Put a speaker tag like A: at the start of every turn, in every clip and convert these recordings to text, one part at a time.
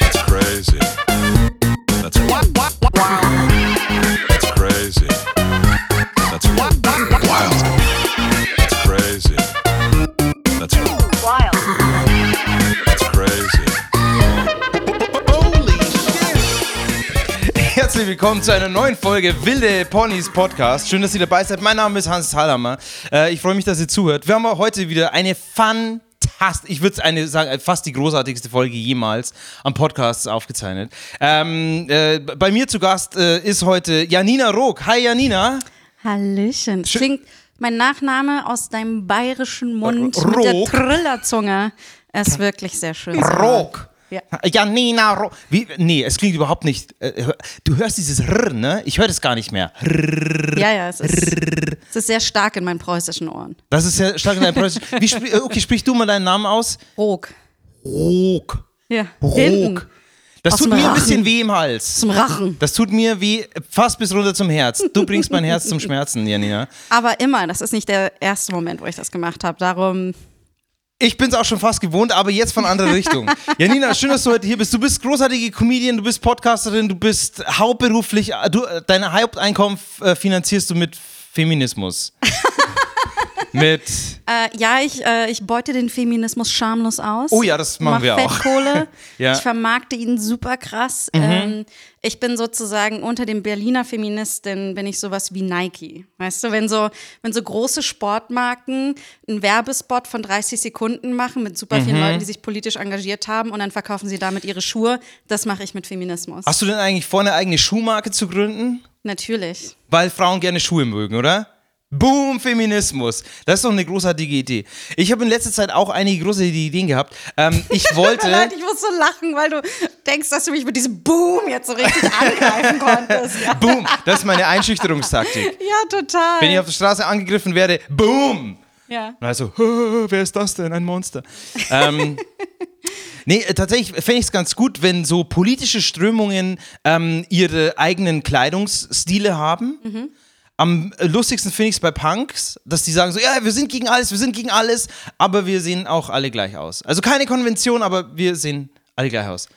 A: That's crazy. That's That's crazy. That's wild. That's crazy. That's
B: Wild.
A: that's crazy. Holy shit.
C: Herzlich willkommen zu einer neuen Folge Wilde Ponys Podcast. Schön, dass ihr dabei seid. Mein Name ist Hans Thalhammer. Äh, ich freue mich, dass ihr zuhört. Wir haben heute wieder eine fantastische, ich würde eine sagen, fast die großartigste Folge jemals am Podcast aufgezeichnet. Ähm, äh, bei mir zu Gast äh, ist heute Janina Rook. Hi Janina.
D: Hallöchen.
C: Schön-
D: Klingt mein Nachname aus deinem bayerischen Mund
C: R-
D: mit der
C: Rook.
D: Trillerzunge.
C: Hm.
D: Ist wirklich sehr schön. zu hören.
C: Rook.
D: Ja.
C: Janina Rook. Wie, nee, es klingt überhaupt nicht. Äh, hör- du hörst dieses R, ne? Ich höre das gar nicht mehr.
D: Ja, ja, es ist, es ist sehr stark in meinen preußischen Ohren.
C: Das ist ja stark in deinem Preußisch. Wie spri- okay, sprich du mal deinen Namen aus.
D: Rook.
C: Rook.
D: Ja.
C: Rook.
D: Hinten.
C: Das
D: Aus
C: tut mir
D: dem
C: ein
D: Rachen.
C: bisschen weh im Hals.
D: Zum Rachen.
C: Das tut mir wie fast bis runter zum Herz. Du bringst mein Herz zum Schmerzen, Janina.
D: Aber immer, das ist nicht der erste Moment, wo ich das gemacht habe. Darum,
C: Ich bin's auch schon fast gewohnt, aber jetzt von anderer Richtung. Janina, schön, dass du heute hier bist. Du bist großartige Comedian, du bist Podcasterin, du bist hauptberuflich, äh, du, äh, dein Haupteinkommen äh, finanzierst du mit Feminismus. mit
D: äh, ja, ich, äh, ich beute den Feminismus schamlos aus.
C: Oh ja, das machen
D: Mach
C: wir auch.
D: Fettkohle.
C: Ja. Mhm.
D: Ich vermarkte ihn super krass. Ähm, ich bin sozusagen unter den Berliner Feministinnen bin ich sowas wie Nike. Weißt du, wenn so, wenn so große Sportmarken einen Werbespot von 30 Sekunden machen mit super
C: Mhm.
D: vielen Leuten, die sich politisch engagiert haben und dann verkaufen sie damit ihre Schuhe, das mache ich mit Feminismus.
C: Hast du denn eigentlich vor, eine eigene Schuhmarke zu gründen?
D: Natürlich.
C: Weil Frauen gerne Schuhe mögen, oder? Boom, Feminismus. Das ist doch eine großartige Idee. Ich habe in letzter Zeit auch einige großartige Ideen gehabt. Ähm, ich wollte.
D: Leid, ich muss so lachen, weil du denkst, dass du mich mit diesem Boom jetzt so richtig angreifen konntest. Ja,
C: Boom, das ist meine Einschüchterungstaktik.
D: ja total.
C: Wenn ich auf der Straße angegriffen werde, boom,
D: ja.
C: Und also, wer ist das denn? Ein Monster. ähm, nee, äh, tatsächlich fände ich es ganz gut, wenn so politische Strömungen ähm, ihre eigenen Kleidungsstile haben.
D: Mhm.
C: Am äh, lustigsten finde ich es bei Punks, dass die sagen so, ja, wir sind gegen alles, wir sind gegen alles, aber wir sehen auch alle gleich aus. Also keine Konvention, aber wir sehen alle gleich aus.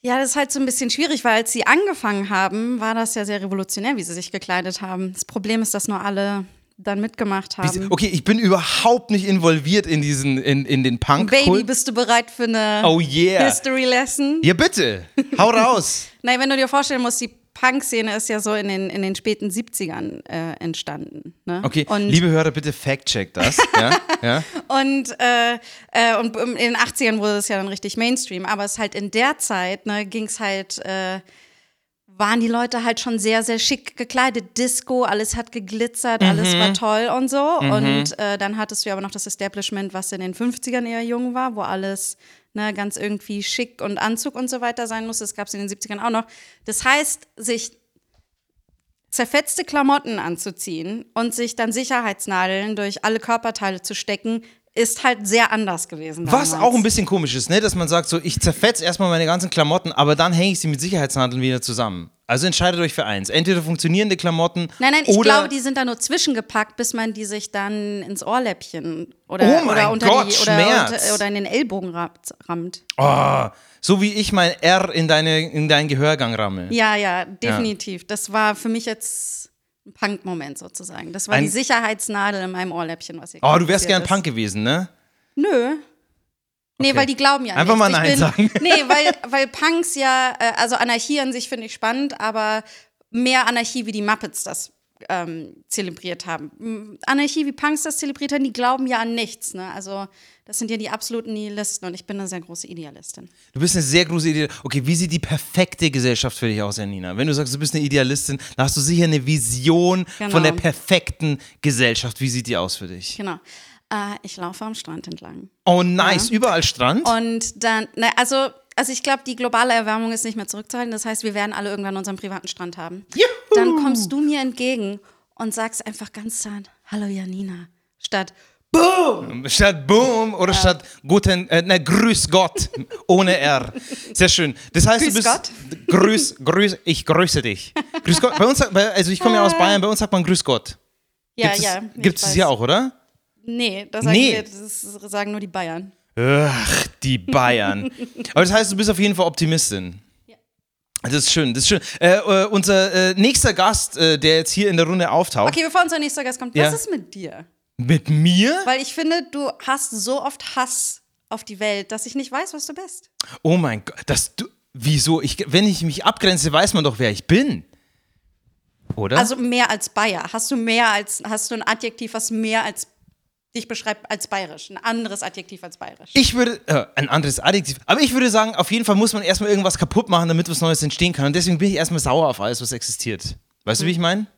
D: Ja, das ist halt so ein bisschen schwierig, weil als sie angefangen haben, war das ja sehr revolutionär, wie sie sich gekleidet haben. Das Problem ist, dass nur alle dann mitgemacht
C: Wie sie-
D: haben.
C: Okay, ich bin überhaupt nicht involviert in diesen, in, in den Punk.
D: Baby, bist du bereit für eine
C: Oh yeah.
D: History Lesson?
C: Ja, bitte. Hau raus.
D: Nein, wenn du dir vorstellen musst, die Punk-Szene ist ja so in den, in den späten 70ern äh, entstanden. Ne?
C: Okay,
D: Und
C: liebe Hörer, bitte fact-check das. Ja, ja.
D: Und, äh, äh, und in den 80ern wurde das ja dann richtig Mainstream. Aber es halt in der Zeit, ne, ging es halt, äh, waren die Leute halt schon sehr, sehr schick gekleidet. Disco, alles hat geglitzert, alles war
C: Mhm.
D: toll und so. Und äh, dann hattest du ja aber noch das Establishment, was in den 50ern eher jung war, wo alles ne, ganz irgendwie schick und Anzug und so weiter sein musste. Das gab es in den 70ern auch noch. Das heißt, sich zerfetzte Klamotten anzuziehen und sich dann Sicherheitsnadeln durch alle Körperteile zu stecken, ist halt sehr anders gewesen.
C: Was
D: damals.
C: auch ein bisschen komisch ist, ne? dass man sagt, so, ich zerfetze erstmal meine ganzen Klamotten, aber dann hänge ich sie mit Sicherheitsnadeln wieder zusammen. Also entscheidet euch für eins. Entweder funktionierende Klamotten
D: Nein, nein, ich
C: oder
D: glaube, die sind da nur zwischengepackt, bis man die sich dann ins Ohrläppchen oder,
C: Oh mein
D: oder unter
C: Gott,
D: die oder,
C: Schmerz. Oh.
D: unter, oder in den Ellbogen rammt- rammt.
C: Ah, so wie ich mein R in, deine, in deinen Gehörgang rammel.
D: Ja, ja, definitiv. Das war für mich jetzt ein Punk-Moment sozusagen. Das war
C: Ein-
D: die Sicherheitsnadel in meinem Ohrläppchen, was hier
C: Oh, du wärst
D: passiert
C: gern
D: ist.
C: Punk gewesen, ne?
D: Nö. Nee,
C: Okay.
D: weil die glauben ja
C: Einfach
D: nichts.
C: mal
D: Ich
C: Nein
D: bin,
C: sagen.
D: Nee, weil, weil Punks ja, äh, also Anarchie an sich finde ich spannend, aber mehr Anarchie, wie die Muppets das ähm, zelebriert haben. M, Anarchie, wie Punks das zelebriert haben, die glauben ja an nichts. Ne? Also das sind ja die absoluten Nihilisten und ich bin eine sehr große Idealistin.
C: Du bist eine sehr große Idee. Okay, wie sieht die perfekte Gesellschaft für dich aus, Janina? Wenn du sagst, du bist eine Idealistin, dann hast du sicher eine Vision
D: Genau.
C: von der perfekten Gesellschaft. Wie sieht die aus für dich?
D: Genau. Äh, ich laufe am Strand entlang.
C: Oh, nice. Überall Strand.
D: Und dann, na, also, also ich glaube, die globale Erwärmung ist nicht mehr zurückzuhalten. Das heißt, wir werden alle irgendwann unseren privaten Strand haben. Juhu! Dann kommst du mir entgegen und sagst einfach ganz zart, hallo Janina, statt
C: Statt Boom oder statt Guten, äh, ne, Grüß Gott ohne R. Sehr schön. Das heißt,
D: Grüß
C: du bist.
D: Gott.
C: Grüß, grüß, ich grüße dich. Grüß Gott. Bei uns, sagt- bei- also ich komme ja aus Bayern, bei uns sagt man Grüß Gott.
D: ja,
C: Gibt's
D: ja.
C: Gibt es hier auch, oder?
D: Nee, das sagen,
C: Nee.
D: wir- das sagen nur die Bayern.
C: Ach, die Bayern. Aber das heißt, du bist auf jeden Fall Optimistin. Das ist schön, das ist schön. Äh, äh, unser äh, nächster Gast, äh, der jetzt hier in der Runde auftaucht,
D: Okay, bevor unser nächster Gast kommt,
C: Ja.
D: was ist mit dir?
C: mit mir?
D: Weil ich finde, du hast so oft Hass auf die Welt, dass ich nicht weiß, was du bist.
C: Oh mein Gott, das du. Wieso? Ich, wenn ich mich abgrenze, weiß man doch, wer ich bin. Oder?
D: Also mehr als Bayer. Hast du mehr als, hast du ein Adjektiv, was mehr als dich beschreibt als bayerisch? Ein anderes Adjektiv als bayerisch.
C: ich würde, äh, ein anderes Adjektiv, aber ich würde sagen, auf jeden Fall muss man erstmal irgendwas kaputt machen, damit was Neues entstehen kann. Und deswegen bin ich erstmal sauer auf alles, was existiert. Weißt du, wie ich meine?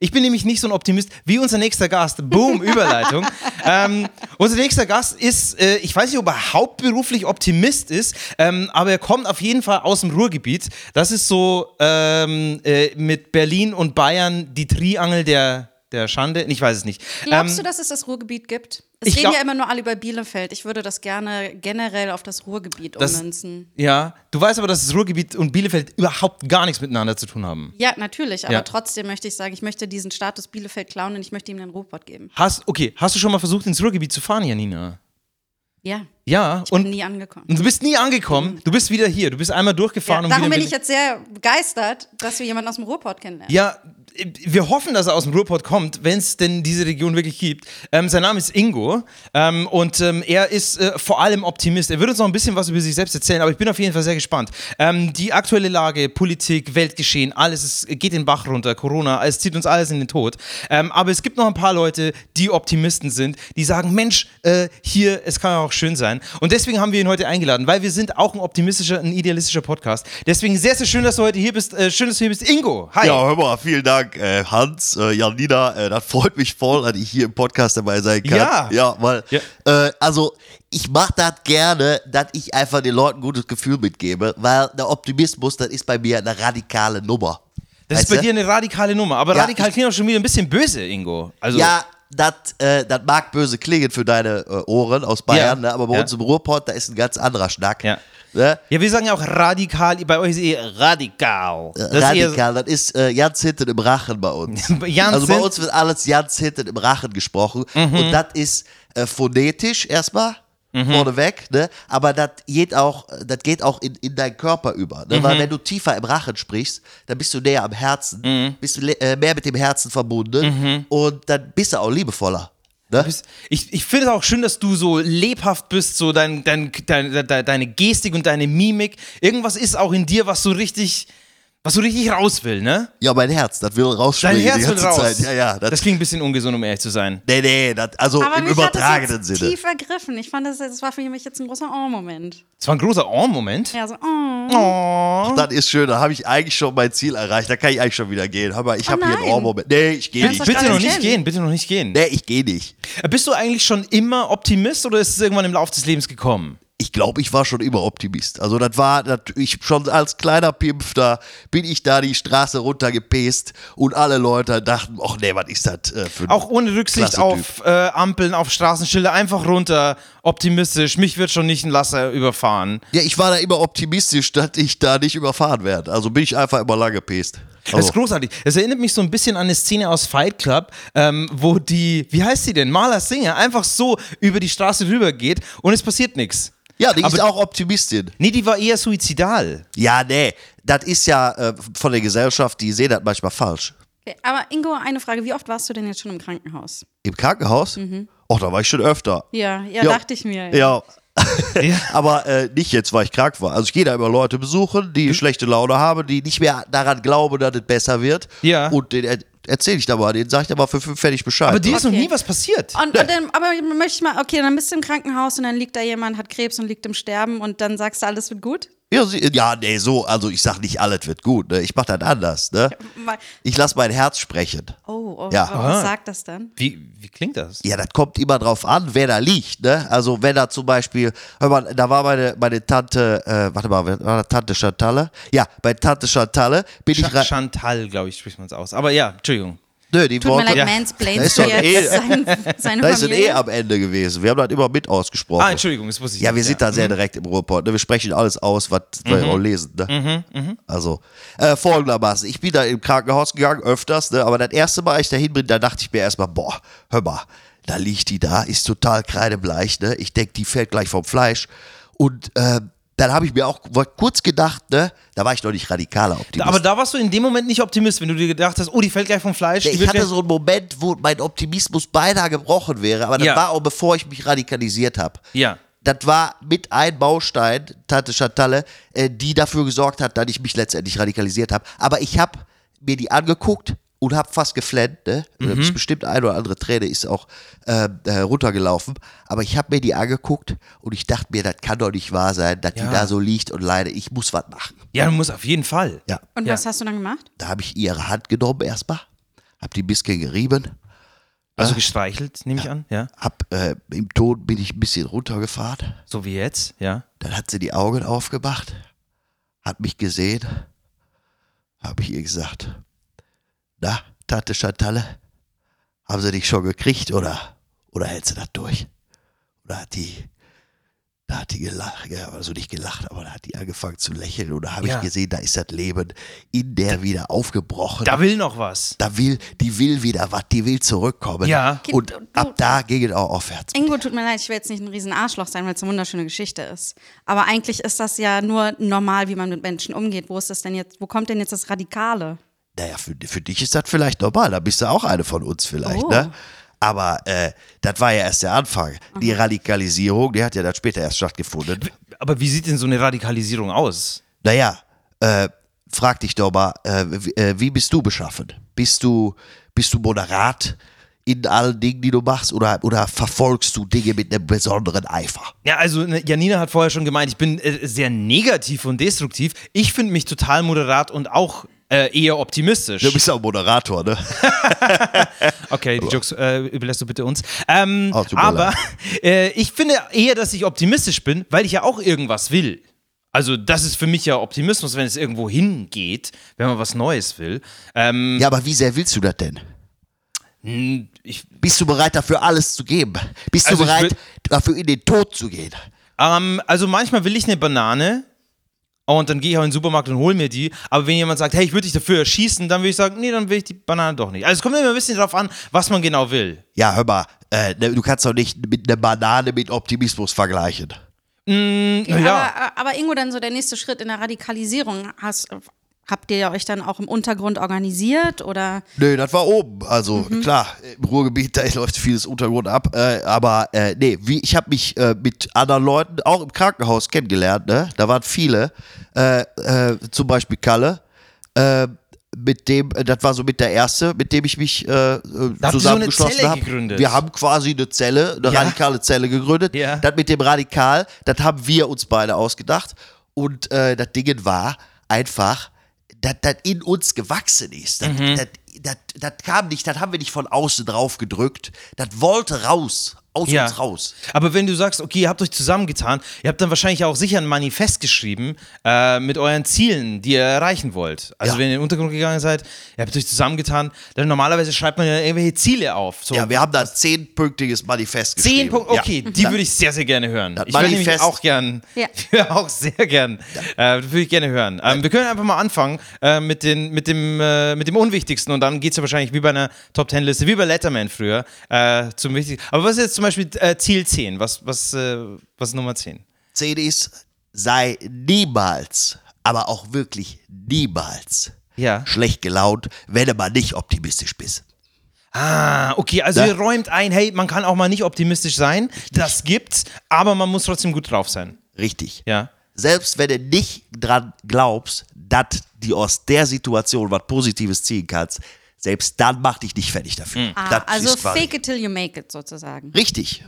C: Ich bin nämlich nicht so ein Optimist wie unser nächster Gast. Boom, Überleitung. ähm, unser nächster Gast ist, äh, ich weiß nicht, ob er hauptberuflich Optimist ist, ähm, aber er kommt auf jeden Fall aus dem Ruhrgebiet. Das ist so ähm, äh, mit Berlin und Bayern die Triangel der, der Schande. Ich weiß es nicht.
D: Glaubst
C: ähm,
D: du, dass es das Ruhrgebiet gibt? Es
C: ich
D: reden
C: glaub-
D: ja immer nur alle über Bielefeld. Ich würde das gerne generell auf das Ruhrgebiet
C: Das-
D: ummünzen.
C: Ja, du weißt aber, dass das Ruhrgebiet und Bielefeld überhaupt gar nichts miteinander zu tun haben.
D: Ja, natürlich, aber
C: Ja.
D: trotzdem möchte ich sagen, ich möchte diesen Status Bielefeld klauen und ich möchte ihm den Ruhrpott geben.
C: Hast, okay, hast du schon mal versucht, ins Ruhrgebiet zu fahren, Janina?
D: Ja,
C: Ja,
D: ich
C: und,
D: bin nie angekommen.
C: und du bist nie angekommen. Du bist wieder hier. Du bist einmal durchgefahren
D: Ja,
C: und
D: darum
C: wieder
D: bin
C: in
D: ich
C: Berlin-
D: jetzt sehr begeistert, dass wir jemanden aus dem Ruhrpott kennenlernen.
C: Ja, wir hoffen, dass er aus dem Ruhrpott kommt, wenn es denn diese Region wirklich gibt. Ähm, sein Name ist Ingo ähm, und ähm, er ist äh, vor allem Optimist. Er wird uns noch ein bisschen was über sich selbst erzählen, aber ich bin auf jeden Fall sehr gespannt. Ähm, die aktuelle Lage, Politik, Weltgeschehen, alles ist, geht den Bach runter, Corona, es zieht uns alles in den Tod. Ähm, aber es gibt noch ein paar Leute, die Optimisten sind, die sagen, Mensch, äh, hier, es kann ja auch schön sein. Und deswegen haben wir ihn heute eingeladen, weil wir sind auch ein optimistischer, ein idealistischer Podcast. Deswegen sehr, sehr schön, dass du heute hier bist. Äh, schön, dass du hier bist. Ingo, hi.
B: Ja, hör mal, vielen Dank, äh, Hans, äh, Janina. Äh, das freut mich voll, dass ich hier im Podcast dabei sein kann.
C: Ja.
B: Ja, weil,
C: Ja.
B: Äh, also, ich mache das gerne, dass ich einfach den Leuten ein gutes Gefühl mitgebe, weil der Optimismus, das ist bei mir eine radikale Nummer.
C: Das ist
B: Weißt
C: bei
B: du?
C: dir eine radikale Nummer, aber
B: Ja,
C: radikal
B: ich-
C: klingt auch schon wieder ein bisschen böse, Ingo. Also,
B: Ja, das äh, das mag böse klingen für deine äh, Ohren aus Bayern,
C: Ja.
B: ne? aber bei
C: Ja.
B: uns im Ruhrpott, da ist ein ganz anderer Schnack.
C: Ja.
B: Ne?
C: ja, wir sagen ja auch radikal, bei euch ist eh radikal. Das ist eher-
B: Äh, Radikal, das ist äh, ganz hinten im Rachen bei uns.
C: Ganz
B: also bei
C: hin-
B: uns wird alles ganz hinten im Rachen gesprochen.
C: Mhm.
B: Und das ist äh, phonetisch erstmal. Vorneweg, ne? Aber das geht auch, das geht auch in, in deinen Körper über. Ne?
C: Mhm.
B: Weil wenn du tiefer im Rachen sprichst, dann bist du näher am Herzen,
C: Mhm.
B: bist du le- äh, mehr mit dem Herzen verbunden und dann bist du auch liebevoller. Ne?
C: Ich, ich finde es auch schön, dass du so lebhaft bist, so dein, dein, dein, de- deine Gestik und deine Mimik. Irgendwas ist auch in dir, was so richtig, was so richtig raus will, ne?
B: Ja, mein Herz, das will
C: Dein
B: rausspringen
C: Herz
B: die
C: will
B: ganze
C: raus.
B: Zeit. Ja, ja.
C: das,
B: Das,
C: klingt ein bisschen ungesund, um ehrlich zu sein.
B: nee, nee, das, also
D: Aber
B: im
D: mich hat das
B: übertragenen
D: jetzt
B: Sinne.
D: tief ergriffen. Ich fand, das, das war für mich jetzt ein großer Oh-Moment.
C: Es war ein großer Oh-Moment.
D: Ja, so, oh.
B: Das ist schön, da habe ich eigentlich schon mein Ziel erreicht. Da kann ich eigentlich schon wieder gehen. Hör mal, ich
D: Oh
B: habe hier einen
D: nein.
B: Ohrmoment. Nee, ich gehe
D: Kannst
B: nicht.
D: doch
C: Bitte
D: gar
C: noch
D: nicht
C: nicht
D: hin.
C: gehen, bitte noch nicht gehen.
B: Nee, ich gehe nicht.
C: Bist du eigentlich schon immer Optimist oder ist es irgendwann im Lauf des Lebens gekommen?
B: Ich glaube, ich war schon immer Optimist. Also das war, das, ich schon als kleiner Pimpf da, bin ich da die Straße runtergepest und alle Leute dachten, ach nee, was ist das äh, für ein
C: Auch ohne Rücksicht
B: Klasse
C: auf äh, Ampeln, auf Straßenschilder, einfach runter, optimistisch. Mich wird schon nicht ein Lasser überfahren.
B: Ja, ich war da immer optimistisch, dass ich da nicht überfahren werde. Also bin ich einfach immer lang gepest.
C: Das
B: Also,
C: ist großartig. Das erinnert mich so ein bisschen an eine Szene aus Fight Club, ähm, wo die, wie heißt sie denn, Marla Singer, einfach so über die Straße rüber geht und es passiert nichts.
B: ja, die ist
C: aber-
B: auch Optimistin.
C: Nee, die war eher suizidal.
B: Ja, nee, das ist ja äh, von der Gesellschaft, die sehen das manchmal falsch.
D: Okay, aber Ingo, eine Frage. Wie oft warst du denn jetzt schon im Krankenhaus?
B: Im Krankenhaus? Och, da war ich schon öfter.
D: Mhm. Ja, ja,
B: Ja.
D: dachte ich mir.
B: Ja.
C: Ja.
B: Aber äh, nicht jetzt, weil ich krank war. Also ich gehe da immer Leute besuchen, die schlechte Laune haben, die nicht mehr daran glauben, dass es besser wird.
C: Ja.
B: Und den er erzähle ich da mal, den sage ich da mal für fünf fertig Bescheid.
C: Aber dir ist noch
D: Okay. Ah.
C: nie was passiert.
D: Und, und dann, aber möchte ich mal, okay, dann bist du im Krankenhaus und dann liegt da jemand, hat Krebs und liegt im Sterben und dann sagst du, alles wird gut?
B: ja, sie, ja, nee, so, also ich sag nicht, alles wird gut. Ne? Ich mache das anders. Ne?
D: Weil-
B: Ich lasse mein Herz sprechen.
D: Oh, oh
B: Ja.
D: was sagt das dann?
C: Wie, wie klingt das?
B: Ja, das kommt immer drauf an, wer da liegt, ne? Also wenn da zum Beispiel, hör mal, da war meine, meine Tante, äh, warte mal, wer war das Tante Chantalle? Ja, bei Tante Chantalle bin ich
C: Cha
B: rein.
C: Chantal, glaube ich, spricht man es aus. Aber ja, Entschuldigung. Ah,
B: Nö, die
D: Tut mir
B: Worte.
D: leid,
C: Ja.
B: Da
D: mansplains
B: ist
D: du
B: doch ein
D: jetzt
B: E.
D: sein, seine
B: da ist ein E
D: Familie.
B: am Ende gewesen. Wir haben das immer mit ausgesprochen.
C: Ah, Entschuldigung, das wusste ich Mhm.
B: Ja,
C: nicht,
B: wir sind da sehr direkt im Ruhrpott. Ne? Wir sprechen alles aus, was
C: Mhm.
B: wir auch lesen. Ne? Also, äh, folgendermaßen. Ich bin da im Krankenhaus gegangen, öfters. Ne? Aber das erste Mal, als ich da hin bin, da dachte ich mir erstmal, boah, hör mal, Da liegt die da, ist total kreidebleich, ne? Ich denke, die fällt gleich vom Fleisch. Und äh, dann habe ich mir auch kurz gedacht, ne? Da war ich noch nicht radikaler Optimist.
C: Aber da warst du in dem Moment nicht Optimist, wenn du dir gedacht hast, oh, die fällt gleich vom Fleisch. die
B: ich
C: wird
B: hatte
C: gleich-
B: so einen Moment, wo mein Optimismus beinahe gebrochen wäre, aber das
C: Ja.
B: war auch bevor ich mich radikalisiert habe.
C: Ja.
B: Das war mit ein Baustein, Tante Chantalle, äh, die dafür gesorgt hat, dass ich mich letztendlich radikalisiert habe. Aber ich habe mir die angeguckt und habe fast geflennt. Ne? Da
C: Mhm.
B: Ist bestimmt ein oder andere Träne ist auch ähm, äh, runtergelaufen. Aber ich habe mir die angeguckt und ich dachte mir, das kann doch nicht wahr sein, dass
C: Ja.
B: die da so liegt und leidet. Ich muss was machen.
C: ja, du musst auf jeden Fall.
B: Ja.
D: Und
C: Ja.
D: was hast du dann gemacht?
B: Da habe ich ihre Hand genommen erstmal, habe die ein bisschen gerieben
C: Also gestreichelt, nehme ich an. Ja.
B: hab, äh, im Ton bin ich ein bisschen runtergefahren.
C: So wie jetzt, ja.
B: Dann hat sie die Augen aufgemacht, hat mich gesehen, habe ich ihr gesagt, na, Tante Chantalle, haben sie dich schon gekriegt oder, oder hältst du das durch? Und da hat die, da hat die gelacht, ja, also nicht gelacht, aber da hat die angefangen zu lächeln und da habe
C: Ja.
B: ich gesehen, da ist das Leben in der wieder aufgebrochen.
C: Da will noch was.
B: da will, die will wieder was, die will zurückkommen.
C: Ja.
B: Und
D: Du-
B: ab da ging es auch aufwärts.
D: Ingo, tut mir leid, ich will jetzt nicht ein riesen Arschloch sein, weil es eine wunderschöne Geschichte ist. Aber eigentlich ist das ja nur normal, wie man mit Menschen umgeht. Wo ist das denn jetzt, wo kommt denn jetzt das Radikale?
B: Naja, für, für dich ist das vielleicht normal, da bist du auch eine von uns vielleicht,
D: Oh.
B: ne? Aber äh, das war ja erst der Anfang. Die Radikalisierung, die hat ja dann später erst stattgefunden.
C: Aber wie sieht denn so eine Radikalisierung aus?
B: Naja, äh, frag dich doch mal, äh, wie, äh, wie bist du beschaffen? Bist du, bist du moderat in allen Dingen, die du machst, oder, oder verfolgst du Dinge mit einem besonderen Eifer?
C: Ja, also ne, Janina hat vorher schon gemeint, ich bin äh, sehr negativ und destruktiv. Ich finde mich total moderat und auch äh, eher optimistisch.
B: Du bist ja auch Moderator, ne?
C: Okay, die Jokes äh, überlässt du bitte uns. Ähm,
B: Oh, tut mir
C: aber
B: leid.
C: äh, ich finde eher, dass ich optimistisch bin, weil ich ja auch irgendwas will. Also das ist für mich ja Optimismus, wenn es irgendwo hingeht, wenn man was Neues will. Ähm,
B: Ja, aber wie sehr willst du das denn?
C: Hm, ich,
B: Bist du bereit, dafür alles zu geben? Bist
C: Also
B: du
C: ich
B: bereit,
C: will-
B: dafür in den Tod zu gehen?
C: ähm, also manchmal will ich eine Banane und dann gehe ich auch in den Supermarkt und hole mir die. Aber wenn jemand sagt, hey, ich würde dich dafür erschießen, dann würde ich sagen, nee, dann will ich die Banane doch nicht. Also es kommt immer ein bisschen drauf an, was man genau will.
B: Ja, hör mal, äh, ne, du kannst doch nicht mit einer Banane mit Optimismus vergleichen.
C: Na ja.
D: Aber, aber Ingo, dann so der nächste Schritt in der Radikalisierung. Hast, habt ihr euch dann auch im Untergrund organisiert oder?
B: Nö, das war oben. Also klar, im Ruhrgebiet, da läuft vieles Untergrund ab. Äh, aber äh, nee, wie, ich habe mich äh, mit anderen Leuten auch im Krankenhaus kennengelernt. Ne? Da waren viele, äh, äh, zum Beispiel Kalle. Äh, mit dem, äh, das war so mit der erste, mit dem ich mich äh, äh,
C: eine
B: zusammengeschlossen
C: Zelle
B: habe.
C: gegründet.
B: Wir haben quasi eine Zelle, eine
C: Ja.
B: radikale Zelle gegründet.
C: Ja.
B: Das mit dem Radikal, das haben wir uns beide ausgedacht. Und äh, das Ding war einfach, dass das in uns gewachsen ist. Das,
C: Mhm.
B: das, das, das kam nicht, das haben wir nicht von außen drauf gedrückt. Das wollte raus, aus
C: Ja.
B: uns raus.
C: Aber wenn du sagst, okay, ihr habt euch zusammengetan, ihr habt dann wahrscheinlich auch sicher ein Manifest geschrieben äh, mit euren Zielen, die ihr erreichen wollt. Also
B: Ja.
C: wenn ihr in den Untergrund gegangen seid, ihr habt euch zusammengetan, dann normalerweise schreibt man ja irgendwelche Ziele auf. So
B: Ja, wir haben da ein zehnpünktiges Manifest geschrieben.
C: Zehn Punkte, okay,
B: Ja.
C: die würde ich sehr, sehr gerne hören.
B: Das
C: Ich würde nämlich
B: Manifest-
C: auch gern,
D: Ja.
C: ja. auch sehr gern, äh, würde ich gerne hören. Ähm, wir können einfach mal anfangen äh, mit, den, mit, dem, äh, mit dem Unwichtigsten und dann geht es ja wahrscheinlich wie bei einer Top-10-Liste, wie bei Letterman früher, äh, zum Wichtigsten. Aber was ist jetzt zum Beispiel äh, Ziel 10? Was, was, äh, was ist Nummer 10?
B: Zehn ist, sei niemals, aber auch wirklich niemals
C: Ja.
B: schlecht gelaunt, wenn du mal nicht optimistisch bist.
C: Ah, okay, also
B: Ja.
C: ihr räumt ein, hey, man kann auch mal nicht optimistisch sein, das gibt's, aber man muss trotzdem gut drauf sein.
B: Richtig.
C: Ja.
B: Selbst wenn du nicht dran glaubst, dass du aus der Situation was Positives ziehen kannst, selbst dann mach dich nicht fertig dafür.
D: Ah,
B: Das
D: also
B: ist quasi-
D: fake it till you make it sozusagen.
B: Richtig.